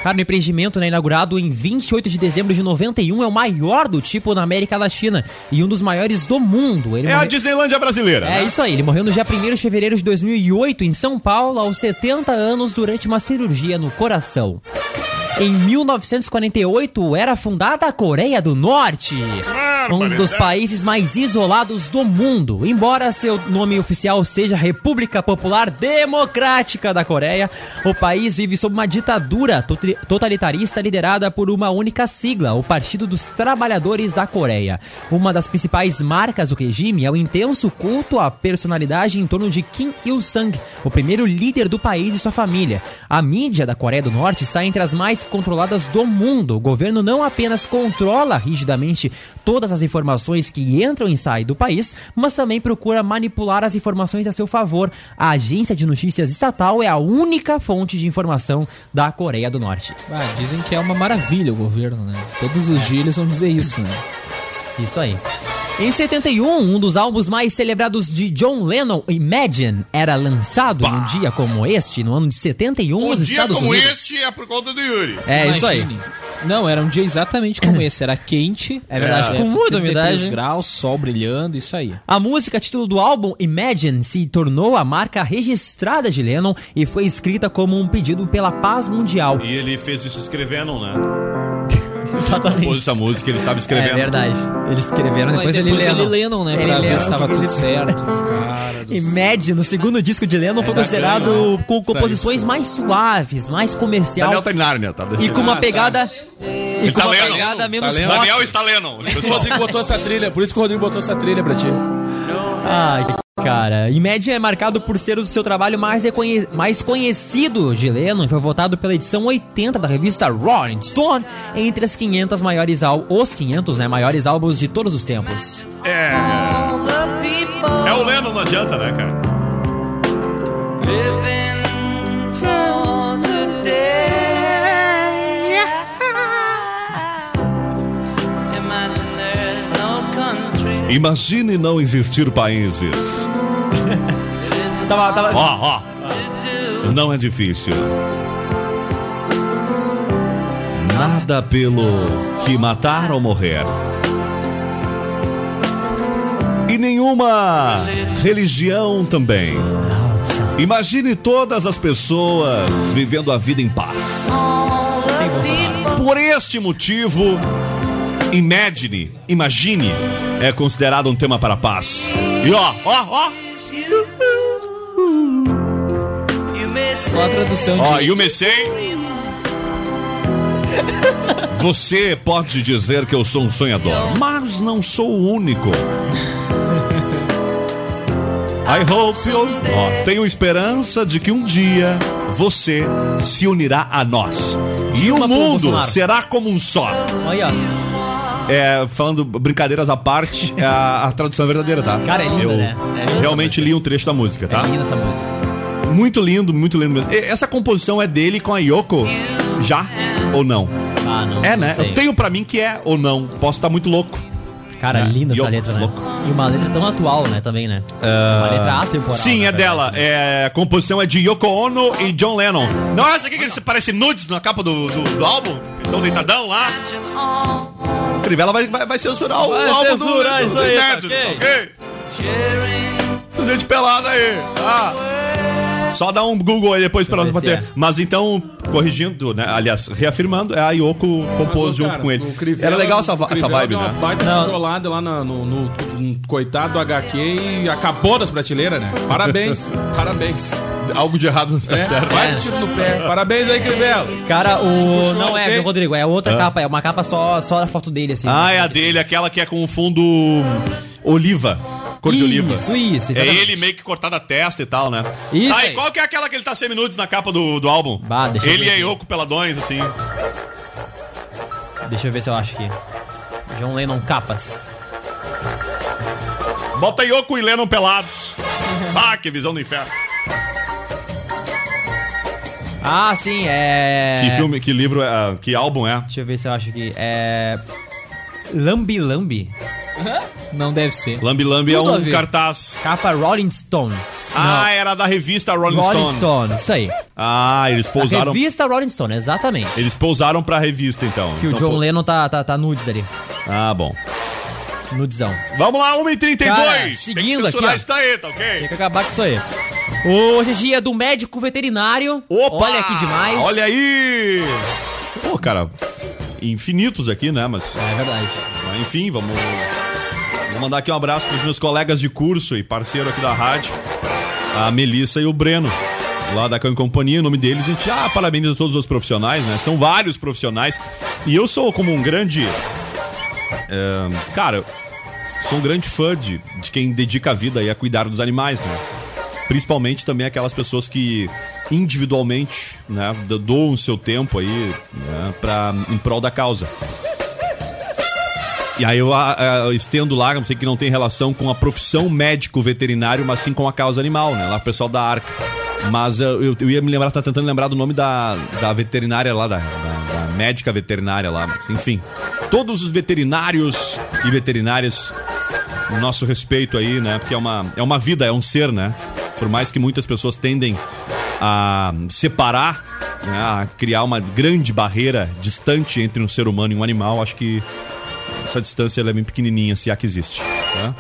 Speaker 7: Cara, o empreendimento, né, inaugurado em 28 de dezembro de 91, é o maior do tipo na América Latina e um dos maiores do mundo. Ele
Speaker 5: É a
Speaker 7: morre-
Speaker 5: Disneylândia brasileira.
Speaker 7: É
Speaker 5: né?
Speaker 7: isso aí, ele morreu no dia 1 de fevereiro de 2008 em São Paulo, aos 70 anos, durante uma cirurgia no coração. Em 1948 era fundada a Coreia do Norte, um dos países mais isolados do mundo. Embora seu nome oficial seja República Popular Democrática da Coreia, o país vive sob uma ditadura totri- totalitarista liderada por uma única sigla, o Partido dos Trabalhadores da Coreia. Uma das principais marcas do regime é o intenso culto à personalidade em torno de Kim Il-sung, o primeiro líder do país e sua família. A mídia da Coreia do Norte está entre as mais controladas do mundo. O governo não apenas controla rigidamente todas as informações que entram e saem do país, mas também procura manipular as informações a seu favor. A agência de notícias estatal é a única fonte de informação da Coreia do Norte.
Speaker 8: Ah, dizem que é uma maravilha o governo, né? Todos os dias eles vão dizer isso, né?
Speaker 7: Isso aí. Em 71, um dos álbuns mais celebrados de John Lennon, Imagine, era lançado em um dia como este, no ano de 71,
Speaker 10: Um
Speaker 7: nos
Speaker 10: dia
Speaker 7: Estados
Speaker 10: como
Speaker 7: Unidos.
Speaker 10: este é por conta do Yuri.
Speaker 7: É, isso aí.
Speaker 8: Não, era um dia exatamente como esse, era quente.
Speaker 7: É verdade, com muita
Speaker 8: 33
Speaker 7: umidade.
Speaker 8: graus, sol brilhando, isso aí.
Speaker 7: A música título do álbum Imagine se tornou a marca registrada de Lennon e foi escrita como um pedido pela paz mundial.
Speaker 5: E ele fez isso escrevendo, né?
Speaker 7: Exatamente.
Speaker 5: Compôs essa música, ele estava escrevendo.
Speaker 7: É verdade. Eles escreveram,
Speaker 8: Mas
Speaker 7: depois, ele
Speaker 8: depois ele
Speaker 7: Lennon.
Speaker 8: Lennon, né, pra ver se tava tudo certo. É,
Speaker 7: Imagine, no segundo disco de Lennon, foi
Speaker 5: bacana,
Speaker 7: considerado
Speaker 5: né?
Speaker 7: com composições
Speaker 5: Isso.
Speaker 7: mais suaves, mais comercial.
Speaker 5: Daniel tá em Nárnia, tá?
Speaker 7: E com uma pegada. E
Speaker 5: Ele
Speaker 7: com
Speaker 5: tá
Speaker 7: uma
Speaker 5: lendo.
Speaker 7: pegada menos
Speaker 5: Tá lendo.
Speaker 7: rock.
Speaker 5: Daniel está lendo.
Speaker 4: O Rodrigo botou essa trilha, por isso que o Rodrigo botou essa trilha pra ti.
Speaker 7: Ai, cara. Imagine é marcado por ser o seu trabalho mais, reconhe- mais conhecido de Lennon e foi votado pela edição 80 da revista Rolling Stone entre as 500 maiores al os 500 né, maiores álbuns de todos os tempos.
Speaker 5: É. É o Lennon, não adianta, né, cara? Imagine não existir países.
Speaker 7: Tava, tava...
Speaker 5: Ó, ó. Não é difícil. Nada pelo que matar ou morrer. E nenhuma religião também. Imagine todas as pessoas vivendo a vida em paz. Por este motivo, Imagine, imagine, é considerado um tema para a paz. E ó, ó, ó.
Speaker 8: Qual a tradução
Speaker 5: Ó,
Speaker 8: de...
Speaker 5: e o Messei. Você pode dizer que eu sou um sonhador, mas não sou o único. I hope you. Ó, tenho esperança de que um dia você se unirá a nós. E o
Speaker 7: Uma pro
Speaker 5: mundo
Speaker 7: Bolsonaro.
Speaker 5: será como um só.
Speaker 7: Olha, aí, ó.
Speaker 5: É, falando brincadeiras à parte, é a, a tradução é verdadeira, tá?
Speaker 7: Cara, é linda,
Speaker 5: Eu
Speaker 7: né? É linda
Speaker 5: realmente li um trecho da música, tá?
Speaker 7: É linda essa música.
Speaker 5: Muito lindo, muito lindo mesmo. E- Essa composição é dele com a Yoko? Já ou não?
Speaker 7: Ah, não.
Speaker 5: É,
Speaker 7: não
Speaker 5: né?
Speaker 7: sei.
Speaker 5: Eu tenho pra mim que é ou não. Posso estar muito louco.
Speaker 7: Cara,
Speaker 5: né?
Speaker 7: linda essa
Speaker 5: Yoko,
Speaker 7: letra, né?
Speaker 5: louco. Ah,
Speaker 7: E uma letra tão atual, né, também, né? Uma letra atemporal.
Speaker 5: Sim,
Speaker 7: na
Speaker 5: é
Speaker 7: verdade. né?
Speaker 5: dela. É, a composição é de Yoko Ono e John Lennon. Nossa, o que, que eles se parecem nudes na capa do, do, do álbum? Eles Estão deitadão lá. O Crivella vai, vai, vai censurar o
Speaker 7: Vai
Speaker 5: álbum do-
Speaker 7: censurar
Speaker 5: do,
Speaker 7: isso
Speaker 5: do
Speaker 7: aí, tá
Speaker 5: inédito, tá ok? Essa gente pelada aí. Ah. Só dá um Google aí depois pra nós
Speaker 7: ver se
Speaker 5: bater.
Speaker 7: é.
Speaker 5: Mas então, corrigindo, né? Aliás, reafirmando, é a Yoko compôs junto com ele. Era legal essa, va- essa vibe,
Speaker 4: Uma
Speaker 5: né?
Speaker 4: baita trollada lá na- no, no- no coitado do HQ e acabou das prateleiras, né? Parabéns, parabéns.
Speaker 5: Algo de errado não está
Speaker 4: É,
Speaker 5: certo.
Speaker 4: vai tiro no pé. Parabéns aí, Crivelo.
Speaker 7: Cara, o.
Speaker 4: Puxa,
Speaker 7: Não é,
Speaker 4: ok.
Speaker 7: viu, Rodrigo? É outra capa, é uma capa só, só a foto dele, assim.
Speaker 5: Ah, é a dele, aquela que é com o fundo oliva. Cor de oliva.
Speaker 7: Isso,
Speaker 5: É
Speaker 7: isso, exatamente.
Speaker 5: ele meio que cortado a testa e tal, né?
Speaker 7: Isso
Speaker 5: Tá, e
Speaker 7: aí.
Speaker 5: qual que é aquela que ele tá semi-nudes na capa do, do álbum?
Speaker 7: Bah, deixa eu
Speaker 5: ele
Speaker 7: ver
Speaker 5: e a
Speaker 7: aqui.
Speaker 5: Yoko Peladões, assim.
Speaker 7: Deixa eu ver se eu acho aqui. John Lennon capas.
Speaker 5: Bota Yoko e Lennon pelados. Ah, que visão do inferno.
Speaker 7: Ah, sim, é.
Speaker 5: Que filme, que livro, é, que álbum é?
Speaker 7: Deixa eu ver se eu acho aqui. É. Lambi Lambi.
Speaker 8: Não deve ser.
Speaker 5: Lambi Lambi é
Speaker 8: Tudo a
Speaker 5: um
Speaker 8: ver.
Speaker 5: cartaz.
Speaker 7: Capa Rolling Stones.
Speaker 5: Ah, era da revista Rolling,
Speaker 7: Rolling
Speaker 5: Stone.
Speaker 7: Stones. isso aí.
Speaker 5: Ah, eles pousaram.
Speaker 7: Revista Rolling Stone, exatamente.
Speaker 5: Eles pousaram pra revista, então.
Speaker 7: Que o
Speaker 5: Então,
Speaker 7: John
Speaker 5: pô-
Speaker 7: Lennon tá, tá, tá nudes ali.
Speaker 5: Ah, bom.
Speaker 7: Nudizão.
Speaker 5: Vamos lá, 1h32.
Speaker 7: Cara,
Speaker 5: Tem que
Speaker 7: seguindo
Speaker 5: censurar
Speaker 7: aqui, ó.
Speaker 5: isso daí, tá ok?
Speaker 7: Tem que acabar com isso aí. Hoje é dia do médico veterinário.
Speaker 5: Opa!
Speaker 7: Olha que demais.
Speaker 5: Olha aí! Pô, cara, infinitos aqui, né? Mas,
Speaker 7: É verdade.
Speaker 5: mas enfim, vamos. Vou mandar aqui um abraço pros meus colegas de curso e parceiro aqui da rádio, a Melissa e o Breno. Lá da Cão e Companhia, o nome deles, a gente já parabeniza todos os profissionais, né? São vários profissionais. E eu sou como um grande. é, cara, sou um grande fã de, de quem dedica a vida aí a cuidar dos animais, né? Principalmente também aquelas pessoas que individualmente né, do- doam o seu tempo aí né, pra, em prol da causa. E aí eu ah, ah, estendo lá, não sei que não tem relação com a profissão médico veterinário, mas sim com a causa animal, né? Lá o pessoal da Arca. Mas ah, eu, eu ia me lembrar, tá tentando lembrar do nome da, da veterinária lá, da, da- da médica veterinária lá, mas enfim. Todos os veterinários e veterinárias o nosso respeito aí, né? Porque é uma, é uma vida, é um ser, né? Por mais que muitas pessoas tendem a separar, né? a criar uma grande barreira distante entre um ser humano e um animal, acho que essa distância ela é bem pequenininha, se há que existe. né?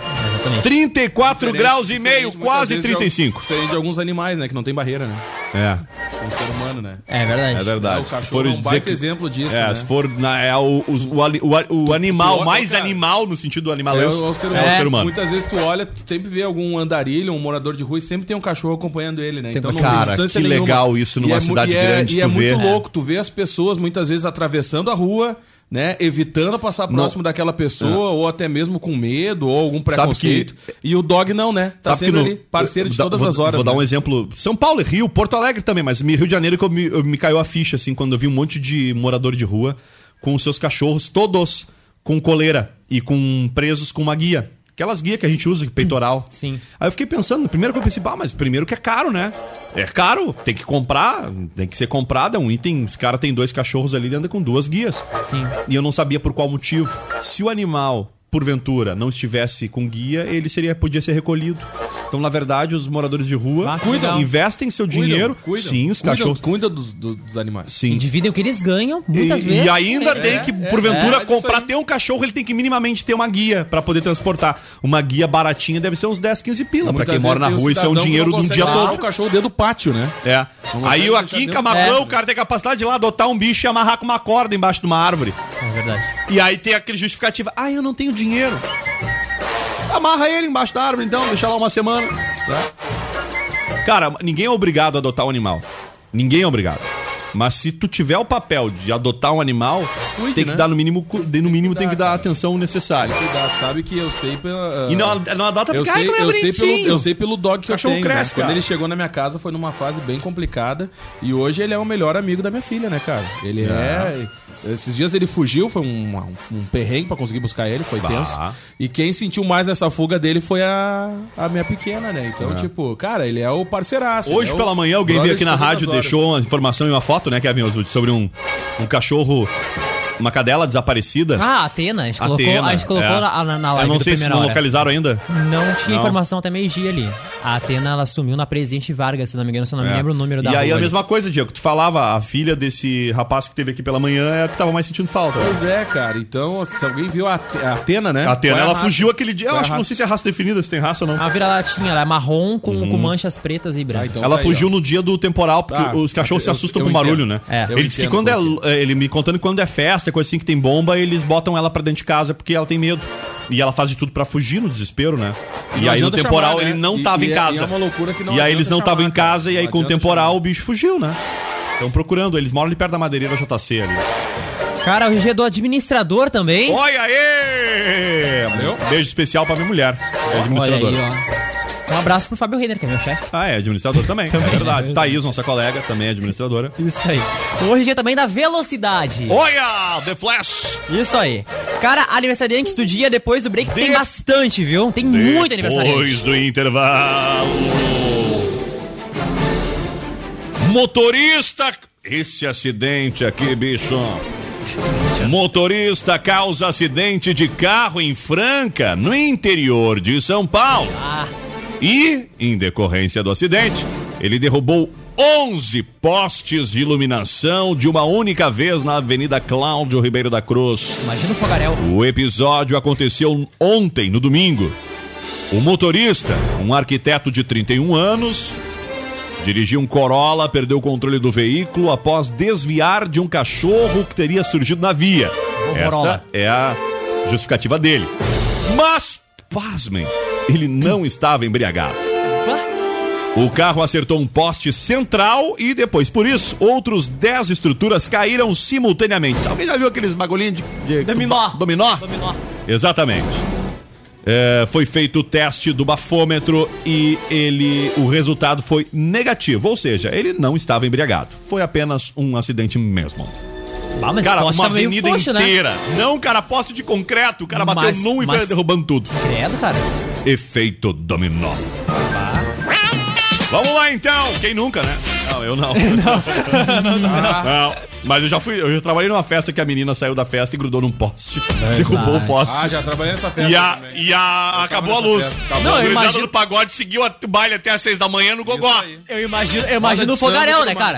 Speaker 5: 34 graus e meio,
Speaker 4: Diferente, muitas
Speaker 5: quase
Speaker 4: vezes, é um de al-
Speaker 5: 35.
Speaker 4: Diferente de alguns animais, né? Que não tem barreira, né?
Speaker 5: É,
Speaker 4: Com o ser humano, né?
Speaker 7: É verdade.
Speaker 5: é verdade.
Speaker 4: o
Speaker 5: Se
Speaker 4: cachorro
Speaker 5: for
Speaker 4: é um
Speaker 5: dizer
Speaker 4: baita
Speaker 5: que...
Speaker 4: exemplo disso,
Speaker 5: É,
Speaker 4: né?
Speaker 5: se for na, é, o, os- o, ali- o, a- o animal,
Speaker 4: olha,
Speaker 5: mais
Speaker 4: cara,
Speaker 5: animal no sentido animal,
Speaker 4: É,
Speaker 5: é,
Speaker 4: o-
Speaker 5: o ser humano.
Speaker 4: Muitas vezes tu olha, tu sempre vê algum andarilho, um morador de rua e sempre tem um cachorro acompanhando ele, né? Então não
Speaker 5: Cara,
Speaker 4: tem distância
Speaker 5: que
Speaker 4: nenhuma.
Speaker 5: legal isso numa
Speaker 4: E mu-
Speaker 5: cidade
Speaker 4: e é,
Speaker 5: grande,
Speaker 4: E é
Speaker 5: tu vê.
Speaker 4: muito louco, tu vê as pessoas muitas vezes atravessando a rua, né? Evitando passar próximo daquela pessoa,
Speaker 5: É.
Speaker 4: ou até mesmo com medo, ou algum preconceito. E o dog não, né? Tá
Speaker 5: Sabe que
Speaker 4: sendo
Speaker 5: no-
Speaker 4: ali parceiro de
Speaker 5: vou dar-
Speaker 4: todas
Speaker 5: vou-
Speaker 4: as horas.
Speaker 5: Vou dar
Speaker 4: né?
Speaker 5: um exemplo. São Paulo e Rio, Porto Alegre também, mas me- Rio de Janeiro que eu me, eu me caiu a ficha, assim, quando eu vi um monte de morador de rua com os seus cachorros, todos com coleira e com presos com uma guia. Aquelas guias que a gente usa, peitoral.
Speaker 7: Sim.
Speaker 5: Aí eu fiquei pensando, primeiro que eu pensei, ah, mas primeiro que é caro, né? É caro, tem que comprar, tem que ser comprado, é um item. Os cara tem dois cachorros ali, ele anda com duas guias.
Speaker 7: Sim.
Speaker 5: E eu não sabia por qual motivo. Se o animal, porventura, não estivesse com guia, ele seria podia ser recolhido. Então, na verdade, os moradores de rua
Speaker 7: Ah, que legal.
Speaker 5: investem seu
Speaker 4: Cuidam,
Speaker 5: dinheiro.
Speaker 4: cuidam,
Speaker 5: sim, os
Speaker 4: cuidam,
Speaker 5: cachorros.
Speaker 4: Cuida dos, do- dos animais.
Speaker 5: Sim.
Speaker 7: Dividem o que eles ganham,
Speaker 5: E,
Speaker 7: muitas
Speaker 5: e
Speaker 7: vezes.
Speaker 5: ainda tem que,
Speaker 4: é,
Speaker 5: porventura,
Speaker 4: é, é isso
Speaker 5: comprar.
Speaker 4: aí.
Speaker 5: Ter um cachorro, ele tem que minimamente ter uma guia pra poder transportar. Uma guia baratinha deve ser uns 10, 15 pila. Pra
Speaker 4: Muitas
Speaker 5: quem
Speaker 4: vezes
Speaker 5: mora na
Speaker 4: tem
Speaker 5: rua, isso é um
Speaker 4: cidadão que
Speaker 5: dinheiro
Speaker 4: não
Speaker 5: de um
Speaker 4: consegue
Speaker 5: dia
Speaker 4: deixar o
Speaker 5: todo.
Speaker 4: cachorro dentro do pátio, né?
Speaker 5: É. Aí
Speaker 4: consegue
Speaker 5: aqui em
Speaker 4: deixar
Speaker 5: Camacuã,
Speaker 7: É.
Speaker 5: o cara tem capacidade de ir lá adotar um bicho e amarrar com uma corda embaixo de uma árvore.
Speaker 7: É verdade.
Speaker 5: E aí tem aquele justificativa, ah, eu não tenho dinheiro. Amarra ele embaixo da árvore, então, deixa lá uma semana. tá? Cara, ninguém é obrigado a adotar um animal. Ninguém é obrigado. Mas se tu tiver o papel de adotar um animal,
Speaker 4: Cuide,
Speaker 5: tem que
Speaker 4: né?
Speaker 5: dar no mínimo, cu- de- no mínimo tem que dar a atenção necessária.
Speaker 4: Cuidado, sabe que eu sei pela. ah,
Speaker 5: E não, não adota
Speaker 4: Eu
Speaker 5: porque, ai,
Speaker 4: sei,
Speaker 5: como é
Speaker 4: eu, sei
Speaker 5: bonitinho.
Speaker 4: pelo, eu sei pelo dog que eu
Speaker 5: Cachorro
Speaker 4: tenho.
Speaker 5: cresce,
Speaker 4: né?
Speaker 5: cara.
Speaker 4: Quando ele chegou na minha casa foi numa fase bem complicada. E hoje ele é o melhor amigo da minha filha, né, cara? Ele é. Esses dias ele fugiu, foi um, um perrengue pra conseguir buscar ele, foi tenso. E quem sentiu mais nessa fuga dele foi a, a minha pequena, né? Então, tipo, cara, ele é o parceiraço.
Speaker 5: Hoje
Speaker 4: ele é o
Speaker 5: pela manhã alguém
Speaker 4: brother
Speaker 5: veio aqui
Speaker 4: de
Speaker 5: na
Speaker 4: todas
Speaker 5: rádio,
Speaker 4: as horas.
Speaker 5: deixou uma informação e uma foto, né, Kevin Oswald, sobre um, um cachorro uma cadela desaparecida.
Speaker 7: Ah, Atena. A gente colocou,
Speaker 5: Atena,
Speaker 7: a gente colocou
Speaker 5: é.
Speaker 7: na, na, na
Speaker 5: Eu
Speaker 7: live
Speaker 5: não
Speaker 7: do
Speaker 5: sei se
Speaker 7: Primeira
Speaker 5: não
Speaker 7: Hora.
Speaker 5: localizaram ainda.
Speaker 7: Não tinha
Speaker 5: Não.
Speaker 7: informação até meio-dia ali. A Atena, ela sumiu na Presidente Vargas, se não me engano, se eu não me
Speaker 5: É.
Speaker 7: lembro o número da
Speaker 5: E aí a
Speaker 7: rua ali.
Speaker 5: mesma coisa, Diego. Tu falava, a filha desse rapaz que teve aqui pela manhã é a que tava mais sentindo falta.
Speaker 4: Pois é, cara. Então, se alguém viu a Ate- a Atena,
Speaker 7: é.
Speaker 4: né?
Speaker 5: A Atena,
Speaker 4: Vai
Speaker 5: ela
Speaker 4: arrasar.
Speaker 5: fugiu aquele dia. Eu
Speaker 4: Vai
Speaker 5: acho que não
Speaker 4: arrasar.
Speaker 5: sei se é raça definida, se tem raça ou não.
Speaker 7: A vira-latinha, ela é marrom com,
Speaker 5: Uhum.
Speaker 7: com manchas pretas e brancas.
Speaker 4: Então
Speaker 5: Ela
Speaker 4: tá
Speaker 5: fugiu no dia do temporal, porque
Speaker 4: Ah,
Speaker 5: os cachorros
Speaker 4: eu-
Speaker 5: se assustam
Speaker 4: eu
Speaker 5: com o
Speaker 4: entendo.
Speaker 5: barulho, né?
Speaker 4: É. Eu
Speaker 5: Ele disse que
Speaker 4: entendo
Speaker 5: quando é. Ele me contando que quando é festa, coisa assim que tem bomba, eles botam ela pra dentro de casa porque ela tem medo. E ela faz de tudo pra fugir no desespero, né? E
Speaker 4: Não
Speaker 5: aí no
Speaker 4: adianta
Speaker 5: temporal
Speaker 4: chamar, né?
Speaker 5: ele não
Speaker 4: E-
Speaker 5: tava
Speaker 4: e
Speaker 5: em
Speaker 4: é-
Speaker 5: casa.
Speaker 4: e é uma loucura que não
Speaker 5: E aí
Speaker 4: adianta
Speaker 5: eles não
Speaker 4: chamar,
Speaker 5: estavam em
Speaker 4: cara.
Speaker 5: casa, e aí
Speaker 4: Não
Speaker 5: com o
Speaker 4: adianta
Speaker 5: temporal o bicho fugiu, né? Estão procurando, eles moram ali perto da madeireira JC ali.
Speaker 7: Cara, o GG do administrador também.
Speaker 5: Olha aí! Um Beijo especial pra minha mulher, que é
Speaker 8: Olha aí,
Speaker 5: administradora.
Speaker 8: ó.
Speaker 7: Um abraço pro Fábio Reiner, que é meu chefe.
Speaker 5: Ah, é administrador também, é verdade.
Speaker 7: verdade.
Speaker 5: Thaís, nossa colega, também é administradora.
Speaker 7: Isso aí. O RG também da velocidade.
Speaker 5: Olha, The Flash!
Speaker 7: Isso aí. Cara, aniversariantes do dia depois do break tem
Speaker 5: De-
Speaker 7: bastante, viu? Tem muito aniversariante.
Speaker 5: Depois do intervalo. Motorista. Esse acidente aqui, bicho. Motorista causa acidente de carro em Franca, no interior de São Paulo. E, em decorrência do acidente, ele derrubou 11 postes de iluminação de uma única vez na Avenida Cláudio Ribeiro da Cruz.
Speaker 7: Imagina o fogarel.
Speaker 5: O episódio aconteceu ontem, no domingo. O motorista, um arquiteto de 31 anos, dirigiu um Corolla, perdeu o controle do veículo após desviar de um cachorro que teria surgido na via. Esta
Speaker 7: Corolla.
Speaker 5: é a justificativa dele. Mas, pasmem, ele não estava embriagado. O carro acertou um poste central e depois, por isso, outros 10 estruturas caíram simultaneamente. Alguém já viu aqueles bagulhinhos de, de-
Speaker 7: Dominó.
Speaker 5: dominó?
Speaker 7: Dominó.
Speaker 5: Exatamente. É, foi feito o teste do bafômetro e ele, o resultado foi negativo, ou seja, ele não estava embriagado. Foi apenas um acidente mesmo.
Speaker 7: Ah, mas
Speaker 5: cara,
Speaker 7: esse poste
Speaker 5: uma
Speaker 7: tá meio
Speaker 5: avenida
Speaker 7: frouxo,
Speaker 5: inteira. Não, cara, poste de concreto. O cara bateu
Speaker 7: Mas-
Speaker 5: num e
Speaker 7: mas-
Speaker 5: foi derrubando tudo.
Speaker 7: Né? Credo, cara.
Speaker 5: Efeito dominó. Vamos lá então. Quem nunca, né? Não, eu não. Ah. Não, Mas eu já fui, eu já trabalhei numa festa que a menina saiu da festa e grudou num poste. derrubou o poste.
Speaker 4: Ah, já trabalhei nessa festa.
Speaker 5: E a,
Speaker 4: também.
Speaker 5: e a acabou a
Speaker 4: nessa
Speaker 5: luz.
Speaker 4: festa,
Speaker 5: Acabou. a
Speaker 7: Não, eu
Speaker 5: gurizada
Speaker 7: imagino-
Speaker 5: do pagode seguiu a- o baile até às seis da manhã no Gogó.
Speaker 4: aí.
Speaker 7: Eu imagino, eu imagino
Speaker 4: de
Speaker 7: o fogarel,
Speaker 4: samba,
Speaker 7: né,
Speaker 4: tudo mais.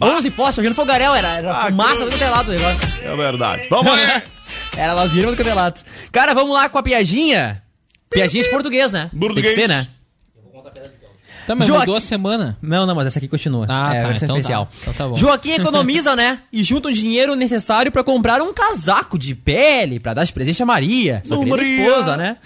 Speaker 7: cara? 11 postes, imagina o fogarel. Era, era
Speaker 5: Ah,
Speaker 7: fumaça
Speaker 5: que-
Speaker 7: do telado o negócio.
Speaker 5: É verdade. Vamos aí.
Speaker 7: Era lazinha do campeonato. Cara, vamos lá com a piadinha. Piadinha de português, né?
Speaker 5: Português.
Speaker 7: Tem que ser, né?
Speaker 8: Tá, mas
Speaker 7: Joaquim.
Speaker 8: mudou a semana.
Speaker 7: Não, não, mas essa aqui continua.
Speaker 8: Ah,
Speaker 7: é,
Speaker 8: tá,
Speaker 7: versão
Speaker 8: então tá.
Speaker 7: especial.
Speaker 8: Então tá bom.
Speaker 7: Joaquim economiza, né? E junta o dinheiro necessário pra comprar um casaco de pele pra dar de presente a Maria, sua
Speaker 5: Não,
Speaker 7: querida
Speaker 5: Maria.
Speaker 7: esposa, né?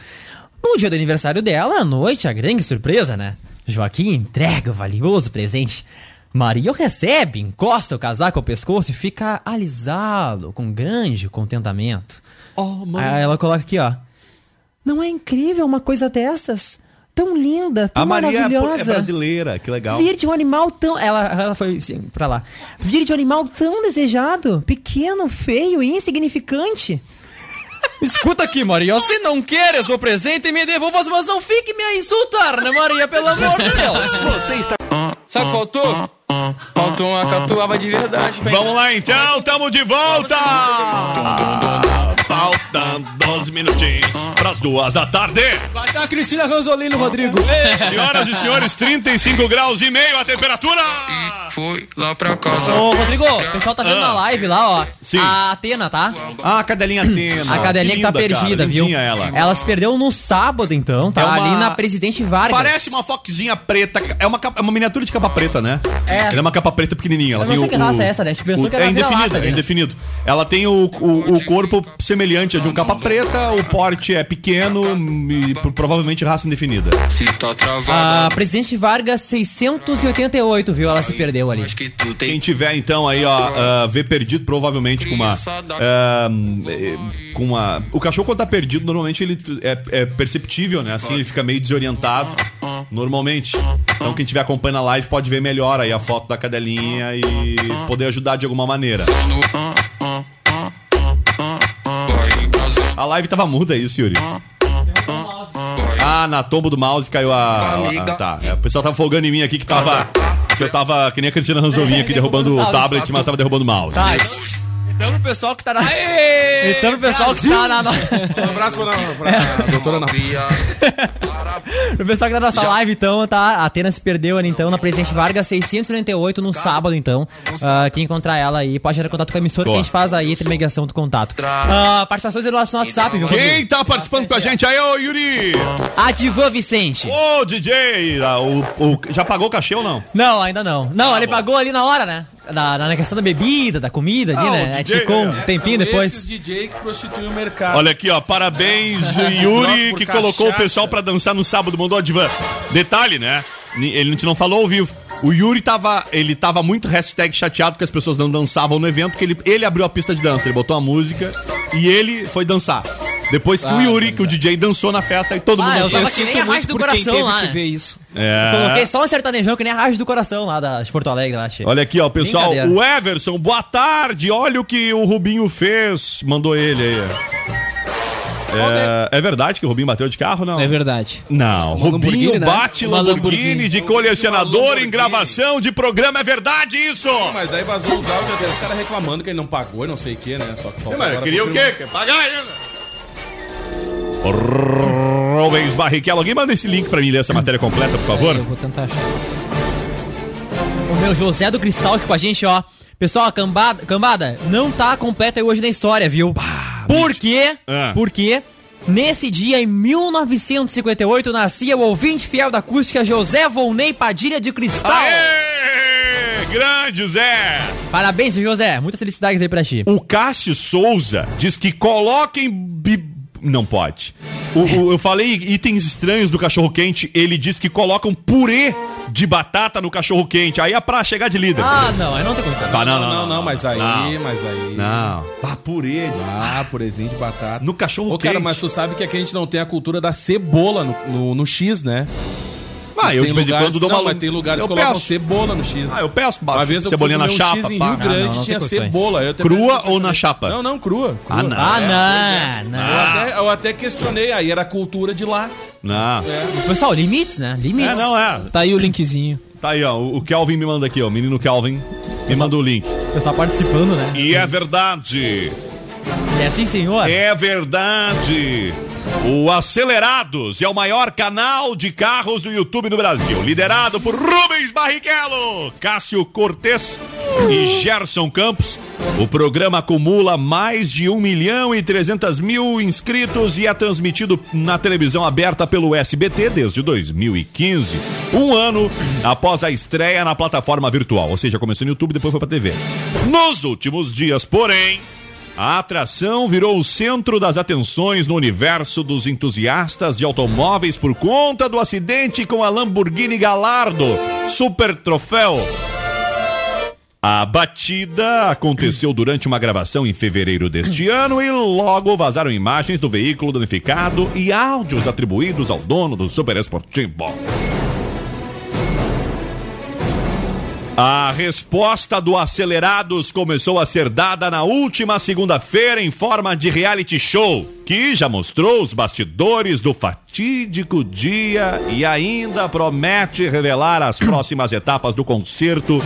Speaker 7: No dia do aniversário dela, à noite, a grande surpresa, né? Joaquim entrega o valioso presente. Maria o recebe, encosta o casaco ao pescoço e fica alisado com grande contentamento. Aí ela coloca aqui, ó. Não é incrível uma coisa dessas? Tão linda, tão
Speaker 5: A Maria é po- é
Speaker 7: maravilhosa.
Speaker 5: brasileira, que legal.
Speaker 7: Vir de um animal tão. Ela, ela foi sim, pra lá. Vir de um animal tão desejado, pequeno, feio e insignificante. Escuta aqui, Maria. Se não queres o presente, me devolvas, mas não fique me a insultar, né, Maria? Pelo amor de Deus.
Speaker 10: Sabe o que faltou? Faltou uma catuaba de verdade. pra
Speaker 5: Vamos lá então, tamo de volta! Faltam 12 minutinhos pras duas da tarde.
Speaker 10: Bateu tá a Cristina Ranzolino, Rodrigo.
Speaker 5: Senhoras e senhores, 35 graus e meio a temperatura.
Speaker 10: Fui lá pra casa.
Speaker 7: Ô, Rodrigo, o pessoal tá vendo na live lá, ó.
Speaker 5: Ah. Sim.
Speaker 7: A Atena, tá?
Speaker 5: Ah, a cadelinha Atena.
Speaker 7: A cadelinha que tá
Speaker 5: Linda, cara,
Speaker 7: perdida, viu?
Speaker 5: lindinha ela.
Speaker 7: se perdeu no sábado, então, tá?
Speaker 5: É uma-
Speaker 7: Ali na Presidente Vargas.
Speaker 5: Parece uma foquezinha preta. É uma, capa- é uma miniatura de capa preta, né?
Speaker 7: É.
Speaker 5: Ela é uma capa preta pequenininha. Ela
Speaker 7: Eu não
Speaker 5: tem
Speaker 7: sei
Speaker 5: o,
Speaker 7: que raça
Speaker 5: o-
Speaker 7: é essa, né? A gente pensou
Speaker 5: o-
Speaker 7: que era
Speaker 5: é
Speaker 7: vira-lata,
Speaker 5: indefinido, é
Speaker 7: né?
Speaker 5: indefinido. Ela tem o, o, o corpo semelhante a de um capa preta, o porte é pequeno e pro- provavelmente raça indefinida.
Speaker 10: Se tá
Speaker 7: A
Speaker 10: travada,
Speaker 7: Presidente Vargas 688, viu? Ela se perdeu ali.
Speaker 10: acho que tu
Speaker 5: Quem
Speaker 10: tem.
Speaker 5: tiver, então, aí, ó, ah, vê perdido, provavelmente com uma. ah, eh, com uma. O cachorro, quando tá perdido, normalmente ele é, é perceptível, né? Assim, ele fica meio desorientado. ah. Normalmente. Então, quem tiver acompanhando a live pode ver melhor aí a foto da cadelinha e poder ajudar de alguma maneira.
Speaker 10: no- ah, ah, ah, ah, ah. Vai embrasando,
Speaker 5: A live tava muda, é isso, Yuri.
Speaker 10: vai.
Speaker 5: Ah, na tomba do mouse caiu a. a- tá. É, o pessoal tava folgando em mim aqui que tava. Que eu tava que nem a Cristina Ranzolinha aqui derrubando o tablet, mas tava derrubando o mouse.
Speaker 7: Tá, Então, pro pessoal que tá na. então, pro pessoal que tá na.
Speaker 4: Um abraço pra, pra doutora Ana
Speaker 7: Pro pessoal que tá na nossa live, então, tá? A Atena se perdeu ali, então, na Presidente Vargas 698, no sábado, então. Ah, quem encontrar ela aí, pode entrar em contato com a emissora
Speaker 5: Boa.
Speaker 7: que a gente faz aí, intermediação do contato. Ah, participações do nosso WhatsApp, viu?
Speaker 5: Quem tá participando com a gente aí, ô Yuri?
Speaker 7: Ativou, Vicente.
Speaker 5: Ô, DJ! ah, o- o- já pagou o cachê ou não?
Speaker 7: Não, ainda não. Não, ele pagou ali na hora, né? Na, na questão da bebida, da comida ali,
Speaker 5: Ah,
Speaker 7: né?
Speaker 5: o
Speaker 7: A gente
Speaker 5: DJ,
Speaker 7: ficou
Speaker 5: é.
Speaker 7: um tempinho depois.
Speaker 4: Esses DJ que prostituem o mercado.
Speaker 5: Olha aqui, ó. Parabéns,
Speaker 4: Troca
Speaker 5: Yuri,
Speaker 4: por
Speaker 5: que colocou o
Speaker 4: cachaça.
Speaker 5: pessoal pra dançar no sábado, mandou a divan. Detalhe, né? Ni- Ele não- não falou ao vivo. O Yuri tava, ele tava muito hashtag chateado que as pessoas não dançavam no evento, porque ele, ele abriu a pista de dança, ele botou a música e ele foi dançar. Depois que o Yuri, que o DJ dançou na festa e todo
Speaker 7: Ah,
Speaker 5: mundo
Speaker 7: eu
Speaker 5: dançou.
Speaker 7: tava que nem a Rádio do Coração lá. né?
Speaker 8: isso.
Speaker 5: É.
Speaker 7: Coloquei só um sertanejão que nem a Rádio do Coração lá da, de Porto Alegre, eu achei.
Speaker 5: Olha aqui, ó, o pessoal.
Speaker 7: Brincadeira.
Speaker 5: O Everson, boa tarde. Olha o que o Rubinho fez. Mandou ele aí. ó. É, é verdade que o Rubinho bateu de carro, não?
Speaker 8: É verdade.
Speaker 5: Não, Rubinho
Speaker 8: Lamborghini, né?
Speaker 5: bate
Speaker 8: Uma
Speaker 5: Lamborghini
Speaker 8: Lamborghini.
Speaker 5: de colecionador em gravação de programa. É verdade isso?
Speaker 4: Mas aí vazou os áudios, até os caras reclamando que ele não pagou e não sei o que, né? Só que falta
Speaker 5: Mas
Speaker 4: agora
Speaker 5: queria o
Speaker 4: confirmar.
Speaker 5: quê? Quer pagar ainda? Rubens Barrichello, alguém manda esse link pra mim ler essa matéria completa, por favor?
Speaker 8: Eu vou tentar achar.
Speaker 7: O meu José do Cristal aqui com a gente, ó. Pessoal, a cambada, cambada não tá completa aí hoje na história, viu? Por quê?
Speaker 5: Ah.
Speaker 7: Porque nesse dia, em 1958, nascia o ouvinte fiel da acústica José Volney Padilha de
Speaker 8: Tá
Speaker 7: Cristal.
Speaker 5: Aê! Grande Zé!
Speaker 7: Parabéns, José. Muitas felicidades aí pra ti.
Speaker 5: O Cássio Souza diz que coloquem. bi- Não pode. O- o- eu falei itens estranhos do cachorro quente. Ele diz que colocam purê de batata no cachorro quente. Aí é pra chegar de líder.
Speaker 7: Ah, não, aí não tem condição.
Speaker 5: Ah,
Speaker 4: Não, não, não, mas aí,
Speaker 5: Não.
Speaker 4: mas aí.
Speaker 5: Não. Ah, purê.
Speaker 4: Ah, purezinho de batata.
Speaker 5: No cachorro
Speaker 4: Ô, cara,
Speaker 5: quente.
Speaker 4: mas tu sabe que aqui a gente não tem a cultura da cebola no, no, no X, né?
Speaker 5: Ah, eu
Speaker 4: Tem
Speaker 5: de vez em
Speaker 4: lugares-
Speaker 5: quando dou
Speaker 4: não,
Speaker 5: uma
Speaker 4: mas tem lugares
Speaker 5: eu
Speaker 4: que colocam
Speaker 5: peço.
Speaker 4: cebola no X.
Speaker 5: Ah, eu peço
Speaker 4: Uma vez eu fui
Speaker 5: cebolinha
Speaker 4: comer
Speaker 5: na
Speaker 4: um
Speaker 5: chapa.
Speaker 4: X em
Speaker 5: pá. né?
Speaker 4: Rio Grande,
Speaker 7: Ah, não, não tem
Speaker 4: tinha
Speaker 7: condições.
Speaker 4: cebola. Eu até
Speaker 5: Crua
Speaker 4: perguntei
Speaker 5: ou na
Speaker 4: pra-
Speaker 5: chapa?
Speaker 4: Não, não, crua. crua.
Speaker 5: Ah, não. é.
Speaker 7: Ah, não,
Speaker 4: Eu,
Speaker 7: não.
Speaker 4: até, eu até questionei, aí era a cultura de lá.
Speaker 5: Não.
Speaker 4: É.
Speaker 7: Pessoal, limites, né? Limites.
Speaker 5: É, não é.
Speaker 8: Tá aí o linkzinho.
Speaker 5: Tá aí, ó. O o Kelvin me manda aqui, ó. O menino Kelvin me manda o link.
Speaker 7: Pessoal participando, né?
Speaker 5: E é verdade.
Speaker 7: É assim, senhor.
Speaker 5: É verdade. O Acelerados é o maior canal de carros do YouTube no Brasil, liderado por Rubens Barrichello, Cássio Cortez e Gerson Campos. O programa acumula mais de 1 milhão e 300 mil inscritos e é transmitido na televisão aberta pelo SBT desde 2015, um ano após a estreia na plataforma virtual, ou seja, começou no YouTube depois foi para TV. Nos últimos dias, porém, a atração virou o centro das atenções no universo dos entusiastas de automóveis por conta do acidente com a Lamborghini Gallardo, super troféu. A batida aconteceu durante uma gravação em fevereiro deste ano e logo vazaram imagens do veículo danificado e áudios atribuídos ao dono do super esportivo. A resposta do Acelerados começou a ser dada na última segunda-feira em forma de reality show, que já mostrou os bastidores do fatídico dia e ainda promete revelar as próximas etapas do concerto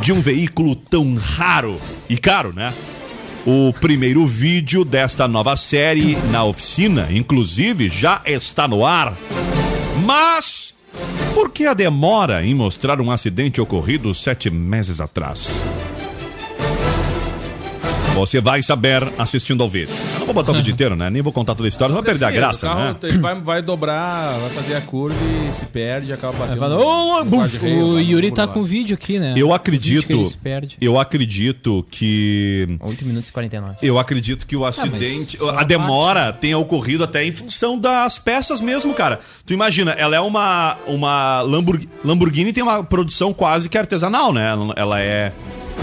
Speaker 5: de um veículo tão raro e caro, né? O primeiro vídeo desta nova série na oficina, inclusive, já está no ar. Mas por que a demora em mostrar um acidente ocorrido sete meses atrás? Você vai saber assistindo ao vídeo. Eu não vou botar o vídeo inteiro, né? Nem vou contar toda a história, vai perder a
Speaker 4: Sim, o
Speaker 5: graça,
Speaker 4: assim, carro
Speaker 5: né?
Speaker 4: tem- vai, vai dobrar, vai fazer a curva e se perde, acaba batendo.
Speaker 7: vai-
Speaker 4: no-
Speaker 7: Ô,
Speaker 4: no
Speaker 7: bum!
Speaker 4: guarda de rail,
Speaker 8: O
Speaker 4: lá,
Speaker 8: Yuri
Speaker 4: no
Speaker 8: tá
Speaker 4: muro
Speaker 8: com
Speaker 4: lá.
Speaker 8: vídeo aqui, né?
Speaker 5: Eu
Speaker 8: O vídeo que
Speaker 5: acredito.
Speaker 8: ele se perde.
Speaker 5: Eu acredito que.
Speaker 7: 8 minutos e 49.
Speaker 5: Eu acredito que o acidente,
Speaker 8: só
Speaker 5: a demora tenha ocorrido até em função das peças mesmo, cara. Tu imagina, ela é uma uma Lamborghini, Lamborghini tem uma produção quase que artesanal, né? Ela é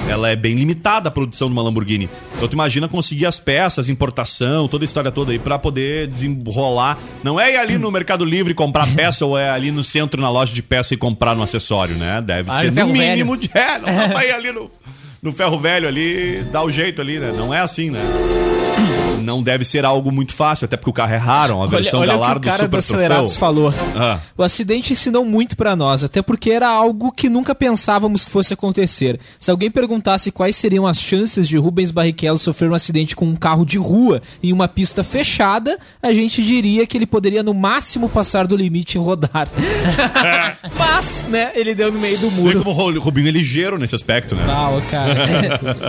Speaker 5: ela é bem limitada a produção de uma Lamborghini. Então tu imagina conseguir as peças, importação, toda a história toda aí pra poder desenrolar. Não é ir ali no Mercado Livre comprar peça ou é ali no centro na loja de peça e comprar no acessório, né? Deve
Speaker 7: Ah,
Speaker 5: ser
Speaker 7: no
Speaker 5: no
Speaker 7: ferro velho.
Speaker 5: mínimo de é, não dá pra ir ali no, no ferro velho ali, dá o jeito ali, né? Não é assim, né? não deve ser algo muito fácil, até porque o carro é raro, uma
Speaker 8: Olha,
Speaker 5: versão
Speaker 8: olha
Speaker 5: da
Speaker 8: o que o
Speaker 5: Lardo
Speaker 8: cara do
Speaker 5: Super
Speaker 8: Acelerados
Speaker 5: Troféu.
Speaker 8: falou.
Speaker 5: Ah.
Speaker 8: O acidente ensinou muito pra nós, até porque era algo que nunca pensávamos que fosse acontecer. Se alguém perguntasse quais seriam as chances de Rubens Barrichello sofrer um acidente com um carro de rua em uma pista fechada, a gente diria que ele poderia no máximo passar do limite e rodar. Mas, né, ele deu no meio do
Speaker 5: Vê
Speaker 8: muro.
Speaker 5: como o Ro- Rubinho é ligeiro nesse aspecto, né?
Speaker 8: Ah, o cara.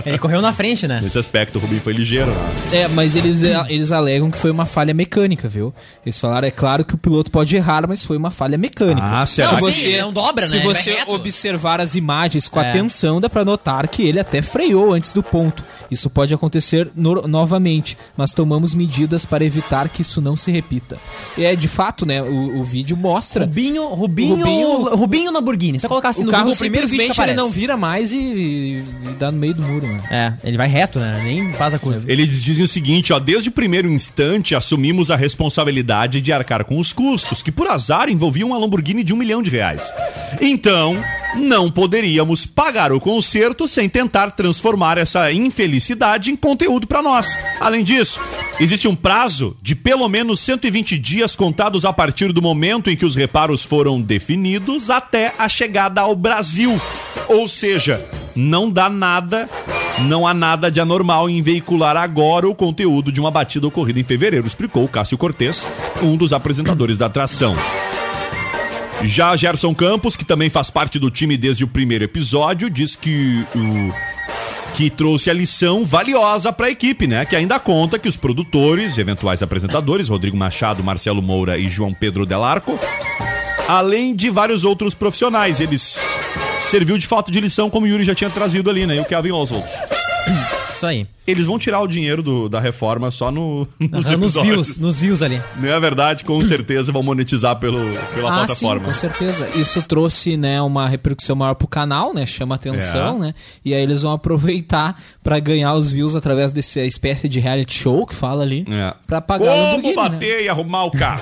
Speaker 7: Ele correu na frente, né?
Speaker 5: Nesse aspecto, o Rubinho foi ligeiro. né?
Speaker 8: É, mas eles, eles alegam que foi uma falha mecânica, viu? Eles falaram, é claro que o piloto pode errar, mas foi uma falha mecânica.
Speaker 5: Ah, será
Speaker 8: se
Speaker 5: que-
Speaker 8: você,
Speaker 7: Não dobra, né?
Speaker 8: Se
Speaker 7: Ele vai
Speaker 8: você
Speaker 7: reto.
Speaker 8: observar as imagens com
Speaker 7: É.
Speaker 8: atenção, dá pra notar que ele até freou antes do ponto. Isso pode acontecer no- novamente, mas tomamos medidas para evitar que isso não se repita. E é, de fato, né, o, o vídeo mostra...
Speaker 7: Rubinho, Rubinho,
Speaker 8: Rubinho-
Speaker 7: Rubinho, Lamborghini. Só colocar assim
Speaker 8: o
Speaker 7: no
Speaker 8: carro
Speaker 7: Google, o primeiro vídeo que
Speaker 8: simplesmente ele
Speaker 7: aparece.
Speaker 8: não vira mais e, e- e dá no meio do muro, né? É,
Speaker 7: É, ele vai reto, né? Nem faz a curva.
Speaker 5: Eles dizem o seguinte, ó, desde o primeiro instante assumimos a responsabilidade de arcar com os custos, que por azar envolviam uma Lamborghini de um milhão de reais. Então, não poderíamos pagar o conserto sem tentar transformar essa infelicidade em conteúdo para nós. Além disso, existe um prazo de pelo menos 120 dias contados a partir do momento em que os reparos foram definidos até a chegada ao Brasil. Ou seja, não dá nada não há nada de anormal em veicular agora o conteúdo de uma batida ocorrida em fevereiro, explicou Cássio Cortez, um dos apresentadores da atração. Já Gerson Campos, que também faz parte do time desde o primeiro episódio, diz que o que trouxe a lição valiosa para a equipe, né? Que ainda conta que os produtores, eventuais apresentadores, Rodrigo Machado, Marcelo Moura e João Pedro Delarco, além de vários outros profissionais, eles serviu de falta de lição como o Yuri já tinha trazido ali, né? E o Kevin Oswald.
Speaker 7: Isso aí.
Speaker 5: Eles vão tirar o dinheiro do- da reforma só no, nos
Speaker 7: Aham, nos
Speaker 5: episódios.
Speaker 7: views, nos views ali.
Speaker 5: Não é verdade, com certeza vão monetizar pelo, pela
Speaker 8: ah, Sim,
Speaker 5: plataforma.
Speaker 8: com certeza. Isso trouxe, né, uma repercussão maior pro canal, né? Chama atenção,
Speaker 5: É.
Speaker 8: né? E aí eles vão aproveitar pra ganhar os views através dessa espécie de reality show que fala ali.
Speaker 5: É.
Speaker 8: Pra pagar o
Speaker 5: Como
Speaker 8: Lamborghini, né?
Speaker 5: bater e arrumar o carro?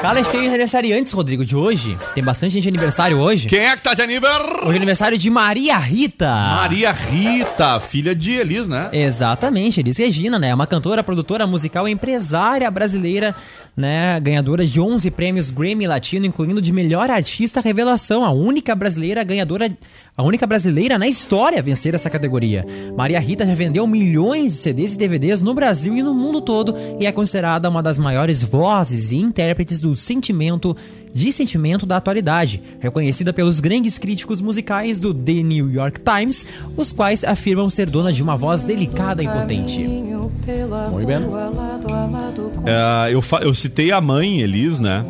Speaker 7: Fala cheio é de aniversariantes, Rodrigo, de hoje. Tem bastante gente de aniversário hoje.
Speaker 5: Quem é que tá de aniversário?
Speaker 7: Hoje é aniversário de Maria Rita.
Speaker 8: Ah.
Speaker 5: Maria Rita, filha de Elis, né?
Speaker 7: Exatamente, Elis Regina, né? É Uma cantora, produtora musical, e empresária brasileira, né? Ganhadora de 11 prêmios Grammy Latino, incluindo de melhor artista revelação, a única brasileira ganhadora, a única brasileira na história a vencer essa categoria. Maria Rita já vendeu milhões de CDs e DVDs no Brasil e no mundo todo e é considerada uma das maiores vozes e intérpretes do sentimento de sentimento da atualidade, reconhecida pelos grandes críticos musicais do The New York Times, os quais afirmam ser dona de uma voz delicada e potente.
Speaker 4: Muito bem.
Speaker 5: É, eu, fa- eu citei a mãe, Elis, né?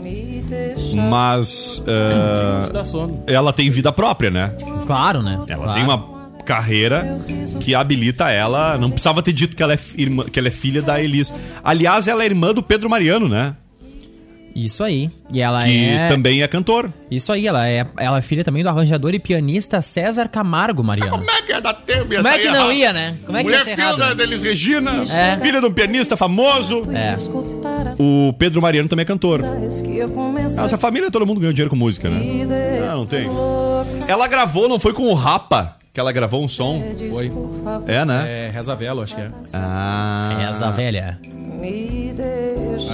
Speaker 5: Mas é,
Speaker 4: Isso dá sono.
Speaker 5: ela tem vida própria, né?
Speaker 7: Claro, né?
Speaker 5: Ela
Speaker 7: Claro.
Speaker 5: tem uma carreira que habilita ela. Não precisava ter dito que ela é, fi- irmã- que ela é filha da Elis. Aliás, ela é irmã do Pedro Mariano, né?
Speaker 7: Isso aí. E ela
Speaker 5: que
Speaker 7: é
Speaker 5: também é cantor.
Speaker 7: Isso aí, ela é ela é filha também do arranjador e pianista César Camargo, Mariana.
Speaker 5: é que ia dar tempo?
Speaker 7: Como é que não ia, né? Como é que ia ser errado?
Speaker 5: deles Regina,
Speaker 7: É.
Speaker 5: filha de um pianista famoso.
Speaker 7: É.
Speaker 5: O Pedro Mariano também é cantor. Essa família todo mundo ganha dinheiro com música, né? Ah, não tem. Ela gravou, não foi com o Rapa que ela gravou um som?
Speaker 4: Foi.
Speaker 5: É, né?
Speaker 4: É Reza Vela, acho que é.
Speaker 5: Ah.
Speaker 7: Essa velha.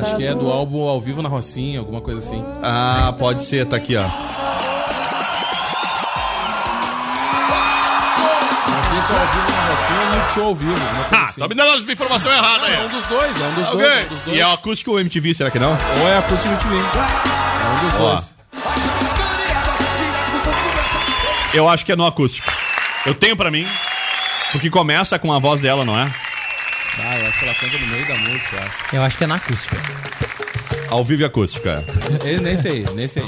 Speaker 4: Acho que é do álbum Ao Vivo na Rocinha, alguma coisa assim.
Speaker 5: Ah, pode ser, tá aqui, ó.
Speaker 4: Rocinha é muito show ao vivo, alguma coisa assim.
Speaker 5: me dando as informações erradas
Speaker 4: É um dos dois, é um dos
Speaker 5: Ah, tá Ok.
Speaker 4: dois, é um dos dois.
Speaker 5: E é o acústico ou MTV, será que não?
Speaker 4: Ou é acústico TV. É um dos
Speaker 5: Ó.
Speaker 4: dois.
Speaker 5: Eu acho que é no acústico. Eu tenho pra mim. Porque começa com a voz dela, não é?
Speaker 4: Ah, eu acho que ela canta no meio da música, eu acho.
Speaker 7: Eu acho que é na acústica.
Speaker 5: Ao vivo e acústica.
Speaker 4: É, Nesse aí, nesse aí.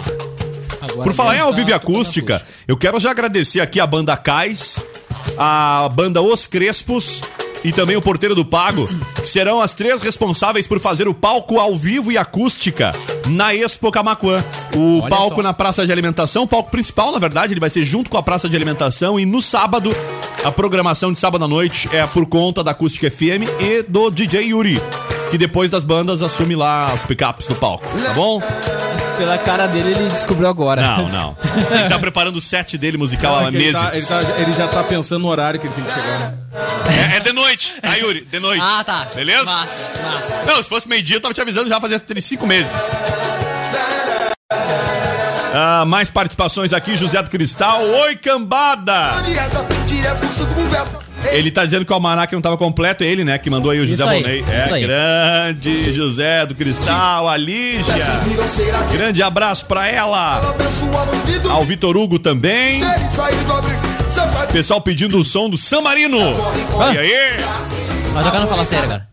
Speaker 8: Agora
Speaker 5: Por falar em
Speaker 8: eles
Speaker 5: ao
Speaker 8: tá
Speaker 5: vivo e
Speaker 8: tocando
Speaker 5: acústica,
Speaker 8: acústica.
Speaker 5: eu quero já agradecer aqui a banda Cais, a banda Os Crespos e também o Porteiro do Pago, que serão as três responsáveis por fazer o palco ao vivo e acústica na Expo Camacuã. O
Speaker 7: Olha
Speaker 5: palco
Speaker 7: só.
Speaker 5: na Praça de Alimentação, o palco principal, na verdade, ele vai ser junto com a Praça de Alimentação e no sábado, a programação de sábado à noite é por conta da Acústica FM e do DJ Yuri, que depois das bandas assume lá as picapes do palco, tá bom?
Speaker 8: Pela cara dele, ele descobriu agora.
Speaker 5: Não, não. Ele tá preparando o set dele musical
Speaker 4: Não, é
Speaker 5: há
Speaker 4: que ele
Speaker 5: meses.
Speaker 4: tá- ele tá- ele já tá pensando no horário que ele tem que chegar. né?
Speaker 5: É, é de noite, tá, Yuri? De noite. Ah, tá. Beleza? Massa, massa. Não, se fosse meio-dia, eu tava te avisando já fazia três- cinco meses. Ah, mais participações aqui, José do Cristal. Oi, cambada! Ele tá dizendo que o almanac não tava completo, ele, né, que mandou aí o José
Speaker 9: Isso aí,
Speaker 5: Bonet.
Speaker 9: isso
Speaker 5: É,
Speaker 9: aí.
Speaker 5: grande José do Cristal, a Lígia. Grande abraço pra ela. Ao Vitor Hugo também. Pessoal pedindo o som do San Marino. E aí?
Speaker 7: Mas agora não fala sério, cara.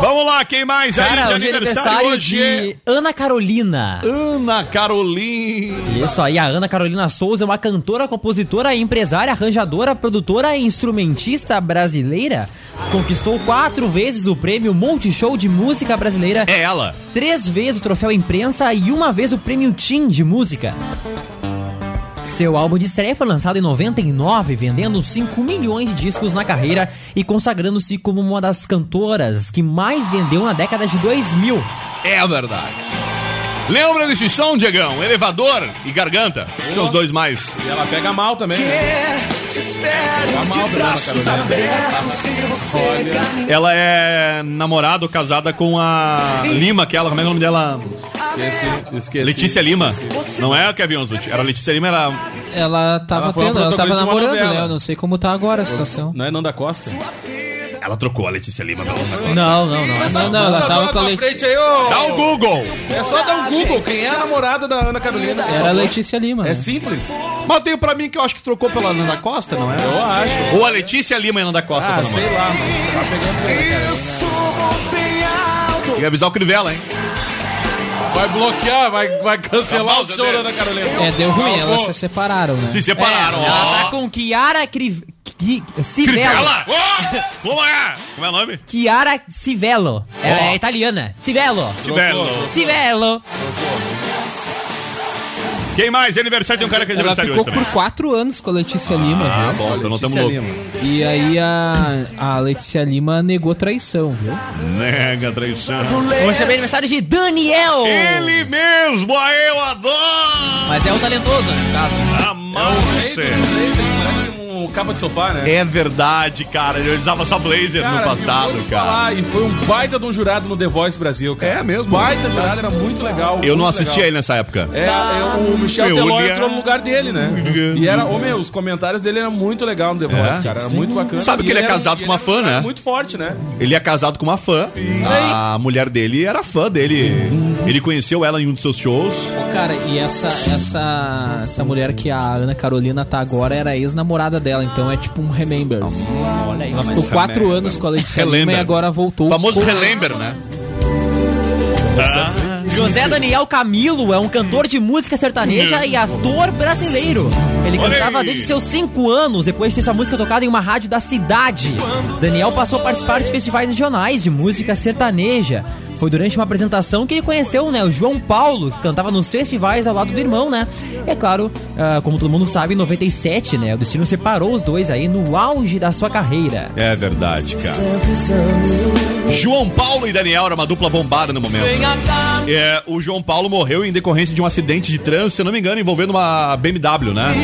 Speaker 5: Vamos lá, quem mais aí
Speaker 7: Cara, hoje é aniversário de Ana Carolina.
Speaker 5: é Ana Carolina.
Speaker 7: Isso aí, a Ana Carolina Souza é uma cantora, compositora, empresária, arranjadora, produtora e instrumentista brasileira. Conquistou quatro vezes o prêmio Multishow de Música Brasileira.
Speaker 5: É ela.
Speaker 7: Três vezes o troféu imprensa e uma vez o prêmio Tim de Música. Seu álbum de estreia foi lançado em 99, vendendo 5 milhões de discos na carreira e consagrando-se como uma das cantoras que mais vendeu na década de 2000.
Speaker 5: É verdade. Lembra desse som, Diegão? Elevador e garganta. São os dois mais.
Speaker 4: E ela pega mal também. né?
Speaker 9: Te espero
Speaker 4: Tá mal,
Speaker 9: de
Speaker 4: Bruna
Speaker 9: braços
Speaker 4: Carolina.
Speaker 9: abertos se você caminhar.
Speaker 5: Ela é namorada ou casada com a Lima, aquela, como é o nome dela?
Speaker 4: Esqueci, esqueci.
Speaker 5: Letícia Lima.
Speaker 4: esqueci.
Speaker 5: Não é a Kevin Oswald. Era a Letícia Lima, era.
Speaker 8: Ela tava
Speaker 4: Ela foi a
Speaker 8: tendo, ela tava
Speaker 4: protagonista de uma
Speaker 8: namorando,
Speaker 4: novela.
Speaker 8: né? Eu não sei como tá agora a situação.
Speaker 4: Não é Nanda Costa?
Speaker 5: Ela trocou a Letícia Lima pela Ana Costa.
Speaker 8: Não, não, não. Não, não, ela tava
Speaker 5: tá
Speaker 8: com a Letícia.
Speaker 5: Dá o Google!
Speaker 4: É só dar um Google. Quem é a namorada da Ana Carolina?
Speaker 8: Era a Letícia Lima.
Speaker 4: É
Speaker 8: né?
Speaker 4: simples.
Speaker 5: Mas eu tenho pra mim que eu acho que trocou pela Nanda Costa, não é? Eu acho. Ou a Letícia Lima e a Nanda Costa,
Speaker 4: Ah,
Speaker 5: tá na mão.
Speaker 4: sei lá, mas tá pegando bem.
Speaker 9: Isso bem alto.
Speaker 5: E avisar o Crivella, hein?
Speaker 4: Vai bloquear, vai, vai cancelar
Speaker 5: A
Speaker 4: o
Speaker 5: pausa
Speaker 4: show da
Speaker 5: dele.
Speaker 4: Ana Carolina.
Speaker 8: É, deu ruim,
Speaker 4: Não,
Speaker 8: elas
Speaker 4: pô.
Speaker 8: se separaram, né?
Speaker 5: Se separaram, ó.
Speaker 7: É, ela tá com Kiara Cri... Ki... Civello.
Speaker 5: Crivella! Ó! Vamos lá! Como é o nome?
Speaker 7: Chiara Civello. Ela
Speaker 5: Ó.
Speaker 7: é italiana. Civello.
Speaker 5: Crivella.
Speaker 7: Civello.
Speaker 5: Quem mais? Aniversário de um cara que é
Speaker 8: Ela
Speaker 5: aniversário
Speaker 8: ficou
Speaker 5: hoje também.
Speaker 8: por quatro anos com a Letícia Lima,
Speaker 5: Ah,
Speaker 8: viu?
Speaker 5: bom, então não estamos
Speaker 4: Letícia
Speaker 5: loucos.
Speaker 4: Lima.
Speaker 8: E aí a, a Letícia Lima negou traição, viu?
Speaker 5: Nega traição.
Speaker 7: Hoje também é aniversário de Daniel.
Speaker 5: Ele mesmo, aí eu adoro!
Speaker 7: Mas é o talentoso, né? no caso.
Speaker 5: Amar você.
Speaker 4: Parece um capa de sofá, né?
Speaker 5: É verdade, cara. Ele usava só blazer no
Speaker 4: Cara, eu vou
Speaker 5: passado,
Speaker 4: te
Speaker 5: cara.
Speaker 4: falar, e foi um baita de um jurado no The Voice Brasil, cara.
Speaker 5: É mesmo?
Speaker 4: Baita jurado, era muito legal.
Speaker 5: Eu não
Speaker 4: muito
Speaker 5: assisti a
Speaker 4: legal.
Speaker 5: ele nessa época.
Speaker 4: É, é, o Michel
Speaker 5: Meu,
Speaker 4: Teló
Speaker 5: ele é-
Speaker 4: entrou no lugar dele, né? E era, ô meu, os comentários dele eram muito legal no The Voice,
Speaker 5: É?
Speaker 4: cara. Era muito bacana.
Speaker 5: Sabe que
Speaker 4: E
Speaker 5: ele é
Speaker 4: era um-
Speaker 5: casado
Speaker 4: e
Speaker 5: com
Speaker 4: ele
Speaker 5: uma
Speaker 4: era um
Speaker 5: fã,
Speaker 4: cara
Speaker 5: né?
Speaker 4: Muito forte, né?
Speaker 5: Ele é casado com uma fã. A mulher dele era fã dele. Ele conheceu ela em um dos seus shows.
Speaker 8: Ô, Cara, e essa, essa, essa mulher que a Ana Carolina tá agora era a ex-namorada dela, então é tipo um Remembers.
Speaker 7: Olha aí.
Speaker 8: Ela ficou quatro anos com a Letícia Lima
Speaker 5: Relembra.
Speaker 8: e agora voltou.
Speaker 5: O famoso
Speaker 8: com-
Speaker 5: Relember, né?
Speaker 7: José Daniel Camilo é um cantor de música sertaneja e ator brasileiro. Ele
Speaker 5: Olha
Speaker 7: cantava
Speaker 5: aí.
Speaker 7: desde seus 5 anos, depois de ter sua música tocada em uma rádio da cidade. Daniel passou a participar de festivais regionais de música sertaneja. Foi durante uma apresentação que ele conheceu né, o João Paulo, que cantava nos festivais ao lado do irmão, né? E é claro, ah, como todo mundo sabe, em 97, né? O destino separou os dois aí no auge da sua carreira.
Speaker 5: É verdade, cara. João Paulo e Daniel era uma dupla bombada no momento. É, o João Paulo morreu em decorrência de um acidente de trânsito, se eu não me engano, envolvendo uma BMW, né?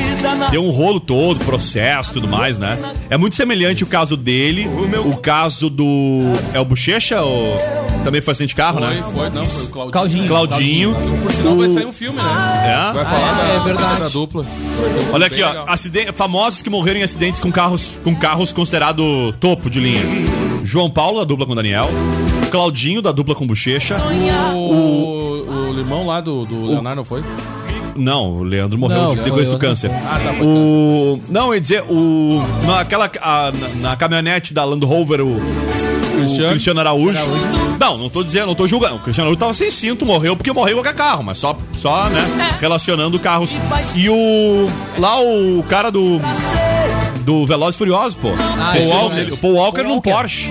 Speaker 5: Deu um rolo todo, processo e tudo mais, né? É muito semelhante o caso dele, o caso do. É o Bochecha? Ou... Também foi acidente de carro, né?
Speaker 4: Foi, foi, não, foi o Claudinho.
Speaker 7: Claudinho.
Speaker 5: Claudinho.
Speaker 4: Por sinal, vai sair um filme, né? Vai
Speaker 5: É.
Speaker 4: falar
Speaker 8: Ah,
Speaker 4: da,
Speaker 8: é verdade.
Speaker 4: da dupla.
Speaker 5: Olha aqui, ó. Aciden- Famosos que morreram em acidentes com carros, com carros considerado topo de linha. João Paulo, da dupla com Daniel. Claudinho, da dupla com Bochecha.
Speaker 4: O, o, o irmão lá do, do Leonardo não foi?
Speaker 5: Não, o Leandro morreu
Speaker 8: Não,
Speaker 5: de-
Speaker 8: foi
Speaker 5: depois do
Speaker 8: outro.
Speaker 5: câncer.
Speaker 4: Ah, tá, foi
Speaker 5: o... Não, eu ia dizer, o... Naquela, a- na, na caminhonete da Land Rover, o, o Cristiano,
Speaker 4: Cristiano?
Speaker 5: Araújo. Não, não tô dizendo, não tô julgando. O Cristiano Araújo tava sem cinto, morreu porque morreu qualquer carro, mas só, só né, relacionando carros. E o... Lá o cara do... Do Veloz Furioso, pô. Paul,
Speaker 8: esse eu não
Speaker 5: Walker,
Speaker 8: lembro.
Speaker 5: Ah, é o Paul Walker num Porsche.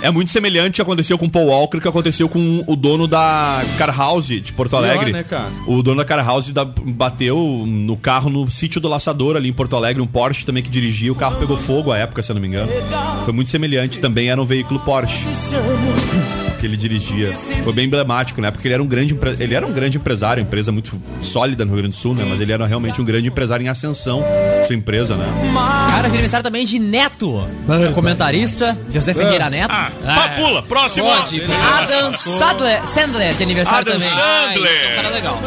Speaker 5: É muito semelhante ao que aconteceu com o Paul Walker, que aconteceu com o dono da Car House de Porto Alegre.
Speaker 4: né, cara?
Speaker 5: O dono da Car House da- bateu no carro no sítio do Laçador ali em Porto Alegre, um Porsche também que dirigia, o carro pegou fogo à época, se eu não me engano. Foi muito semelhante, também era um veículo Porsche. que ele dirigia. Foi bem emblemático, né? Porque ele era um grande, empre- ele era um grande empresário, empresa muito sólida no Rio Grande do Sul, né? Mas ele era realmente um grande empresário em ascensão, sua empresa, né?
Speaker 7: Cara, aniversário também de Neto, comentarista, José Ferreira Neto.
Speaker 5: Ah, pá, pula, próximo. Ah,
Speaker 7: Pode.
Speaker 5: Ele
Speaker 7: Adam
Speaker 5: passou.
Speaker 7: Sandler, Sandler de aniversário
Speaker 5: Adam
Speaker 7: também.
Speaker 5: Sandler.
Speaker 7: Ah, esse é um cara legal.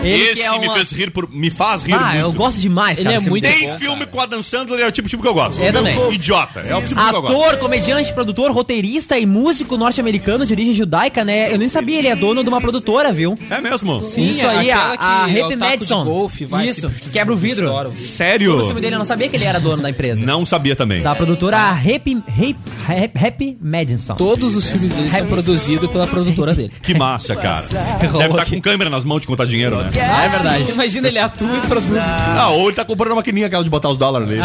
Speaker 7: Ele que
Speaker 5: Esse
Speaker 7: é
Speaker 5: me
Speaker 7: uma-
Speaker 5: fez rir por. Me faz rir.
Speaker 7: Ah,
Speaker 5: muito.
Speaker 7: eu gosto demais, cara,
Speaker 5: Ele
Speaker 7: esse
Speaker 5: é muito
Speaker 7: é muito
Speaker 5: Tem
Speaker 7: bom,
Speaker 5: filme com Adam Sandler, é o tipo, tipo que eu gosto.
Speaker 7: É, também.
Speaker 5: Idiota. É o tipo que eu gosto.
Speaker 7: Ator, comediante, produtor, roteirista e músico norte-americano de origem judaica, né? Eu nem sabia, ele é dono de uma produtora, viu?
Speaker 5: É mesmo?
Speaker 7: Sim, isso
Speaker 8: é
Speaker 7: aí, a,
Speaker 8: aquela que
Speaker 7: a
Speaker 8: é o
Speaker 7: Happy
Speaker 8: taco de
Speaker 7: Madison.
Speaker 8: golfe, vai,
Speaker 7: isso,
Speaker 8: se-
Speaker 7: quebra o vidro.
Speaker 8: estoura o vidro.
Speaker 5: Sério?
Speaker 7: Todo o filme dele, eu não sabia que ele era dono da empresa.
Speaker 5: Não sabia também.
Speaker 7: Da produtora Happy, Happy, Happy, Happy Madison.
Speaker 8: Todos os filmes dele são produzidos pela produtora dele.
Speaker 5: Que massa, cara. Deve estar com câmera nas mãos de contar dinheiro, né?
Speaker 8: Ah,
Speaker 7: assim,
Speaker 8: é verdade. Imagina ele atua e produz.
Speaker 5: Ah, ou ele tá comprando uma maquininha aquela de botar os dólares ali.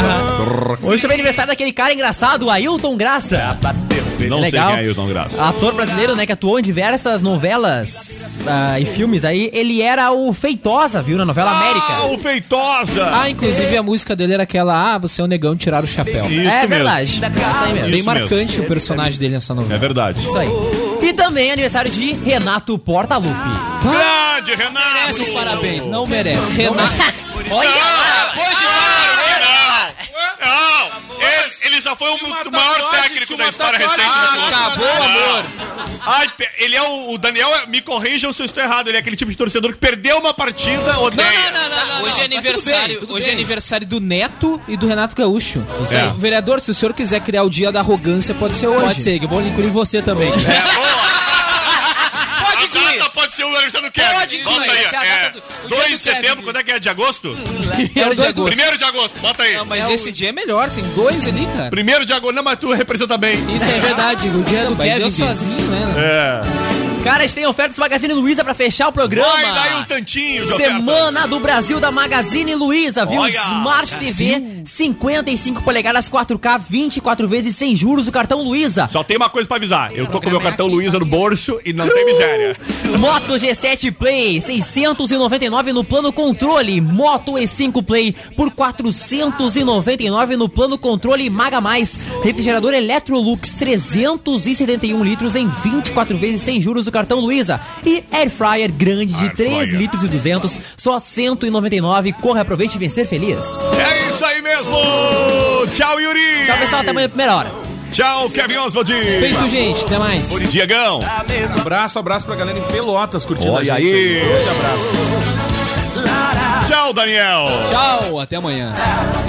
Speaker 7: Hoje também é aniversário daquele cara engraçado, o Ailton Graça.
Speaker 5: É, Não
Speaker 7: Legal.
Speaker 5: sei quem é Ailton Graça.
Speaker 7: Ator brasileiro, né, que atuou em diversas novelas ah, e filmes aí. Ele era o Feitosa, viu, na novela América.
Speaker 5: Ah, o Feitosa!
Speaker 8: Ah, inclusive a música dele era aquela Ah, você é o negão tirar o chapéu.
Speaker 5: Isso
Speaker 7: é
Speaker 5: mesmo.
Speaker 7: verdade. Isso aí mesmo.
Speaker 8: Bem
Speaker 5: Isso
Speaker 8: marcante
Speaker 5: mesmo.
Speaker 8: o personagem dele nessa novela.
Speaker 5: É verdade.
Speaker 7: Isso aí. E também é aniversário de Renato Portaluppi. Ah.
Speaker 5: Grande, Renato!
Speaker 8: Merece os parabéns, não merece. Renato.
Speaker 7: Olha lá, hoje
Speaker 5: Não! Ele, ele já foi o mu- maior técnico da história recente. do clube.
Speaker 8: Acabou o amor.
Speaker 5: Ai, pe- ele é o, o Daniel, é- me corrijam se eu estou errado, ele é aquele tipo de torcedor que perdeu uma partida, odeia.
Speaker 8: Hoje é aniversário, hoje é aniversário do Neto e do Renato Gaúcho.
Speaker 5: Isso aí.
Speaker 8: É. Vereador, se o senhor quiser criar o dia da arrogância, pode ser hoje. Pode ser, que eu vou incluir você também.
Speaker 5: Pode a data É, pode ser o aniversário do Kevin.
Speaker 8: Pode,
Speaker 5: Bota
Speaker 8: Gui,
Speaker 5: aí.
Speaker 8: essa é a
Speaker 5: É,
Speaker 8: data do- o dia
Speaker 5: 2
Speaker 8: do
Speaker 5: de setembro,
Speaker 8: Kevin.
Speaker 5: quando é que é? De agosto?
Speaker 8: É o 2 de agosto.
Speaker 5: 1 de agosto, bota aí.
Speaker 8: Não, mas esse dia é melhor, tem dois ali, cara.
Speaker 5: 1 de agosto, não, mas tu representa bem.
Speaker 8: Isso é verdade, o dia do
Speaker 7: mas
Speaker 8: Kevin.
Speaker 7: eu
Speaker 8: sozinho, né?
Speaker 5: É.
Speaker 7: Cara, a gente tem ofertas Magazine Luiza pra fechar o programa.
Speaker 5: Vai daí um tantinho, de ofertas.
Speaker 7: Semana do Brasil da Magazine Luiza, viu?
Speaker 5: Olha,
Speaker 7: Smart TV, 55 polegadas 4K, 24 vezes sem juros, o cartão Luiza.
Speaker 5: Só tem uma coisa pra avisar. Eu tô com meu cartão Luiza no bolso e não tem miséria.
Speaker 7: Moto G7 Play, 699 no plano controle. Moto E5 Play por 499 no plano controle Maga Mais. Refrigerador Electrolux, 371 litros em 24 vezes sem juros do cartão Luiza. E Air Fryer grande de
Speaker 5: Air
Speaker 7: 3
Speaker 5: fryer.
Speaker 7: litros e 200, só 199. Corre, aproveite e vencer feliz.
Speaker 5: É isso aí mesmo! Tchau, Yuri!
Speaker 7: Tchau, pessoal. Até amanhã, primeira hora.
Speaker 5: Tchau, Kevin Oswald!
Speaker 8: Feito, gente, até mais.
Speaker 5: Diegão!
Speaker 4: Abraço, abraço pra galera em Pelotas curtindo
Speaker 5: Olha
Speaker 4: a gente.
Speaker 5: aí.
Speaker 4: Grande abraço.
Speaker 5: Tchau, Daniel!
Speaker 8: Tchau, até amanhã.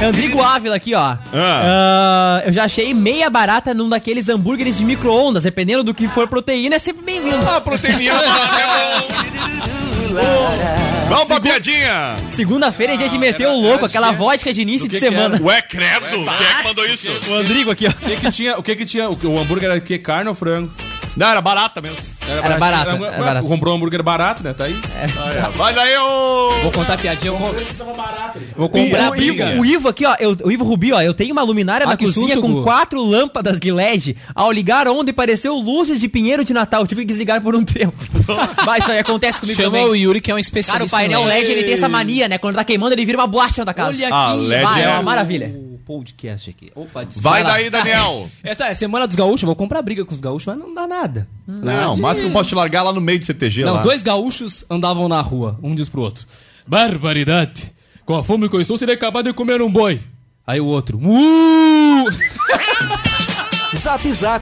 Speaker 7: Andrigo Ávila aqui, ó. Ah, eu já achei meia barata num daqueles hambúrgueres de micro-ondas. Dependendo do que for proteína, é sempre bem-vindo.
Speaker 5: A proteína é bom! Vamos pra piadinha!
Speaker 7: Segunda-feira é dia de meter o louco, aquela vodka de início
Speaker 4: é
Speaker 7: de semana.
Speaker 5: Ué, credo! Quem é que mandou isso?
Speaker 7: O Rodrigo aqui, ó.
Speaker 4: O que que tinha? O que que tinha? O, o hambúrguer era que carne ou frango?
Speaker 5: Não, era barata mesmo.
Speaker 7: Era barato,
Speaker 4: baratinho.
Speaker 7: era barato.
Speaker 4: Comprou um hambúrguer barato, né? Tá aí.
Speaker 5: Vai daí, ô!
Speaker 8: Vou contar piadinha, eu vou, vou
Speaker 5: Ih,
Speaker 8: comprar
Speaker 5: o
Speaker 8: briga.
Speaker 5: Ivo-
Speaker 7: O Ivo aqui, ó, eu- o Ivo Rubi, ó, eu tenho uma luminária
Speaker 8: Ah,
Speaker 7: na
Speaker 8: que
Speaker 7: cozinha
Speaker 8: susto,
Speaker 7: com
Speaker 8: Gu.
Speaker 7: quatro lâmpadas de LED. Ao ligar ontem, pareceu luzes de pinheiro de Natal. Tive que desligar por um tempo. Mas isso aí acontece comigo
Speaker 8: Chama
Speaker 7: também.
Speaker 8: o Yuri, que é um especialista.
Speaker 7: Cara, o
Speaker 8: no
Speaker 7: painel LED, ele tem essa mania, né? Quando tá queimando, ele vira uma boate dentro da casa.
Speaker 8: Olha
Speaker 5: Ah,
Speaker 8: aqui.
Speaker 5: LED
Speaker 7: Vai, é
Speaker 5: é
Speaker 7: uma maravilha.
Speaker 8: O podcast aqui. Opa, desculpa.
Speaker 5: Vai
Speaker 8: lá.
Speaker 5: daí, Daniel!
Speaker 8: Essa é Semana dos Gaúchos, vou comprar briga com os gaúchos, mas não dá nada.
Speaker 5: Não, mas que eu posso te largar lá no meio do CTG
Speaker 11: Não,
Speaker 5: lá.
Speaker 11: dois gaúchos andavam na rua, um diz pro outro: Barbaridade! Com a fome que eu estou, seria capaz de comer um boi. Aí o outro: "Mu!"
Speaker 12: Zap Zap.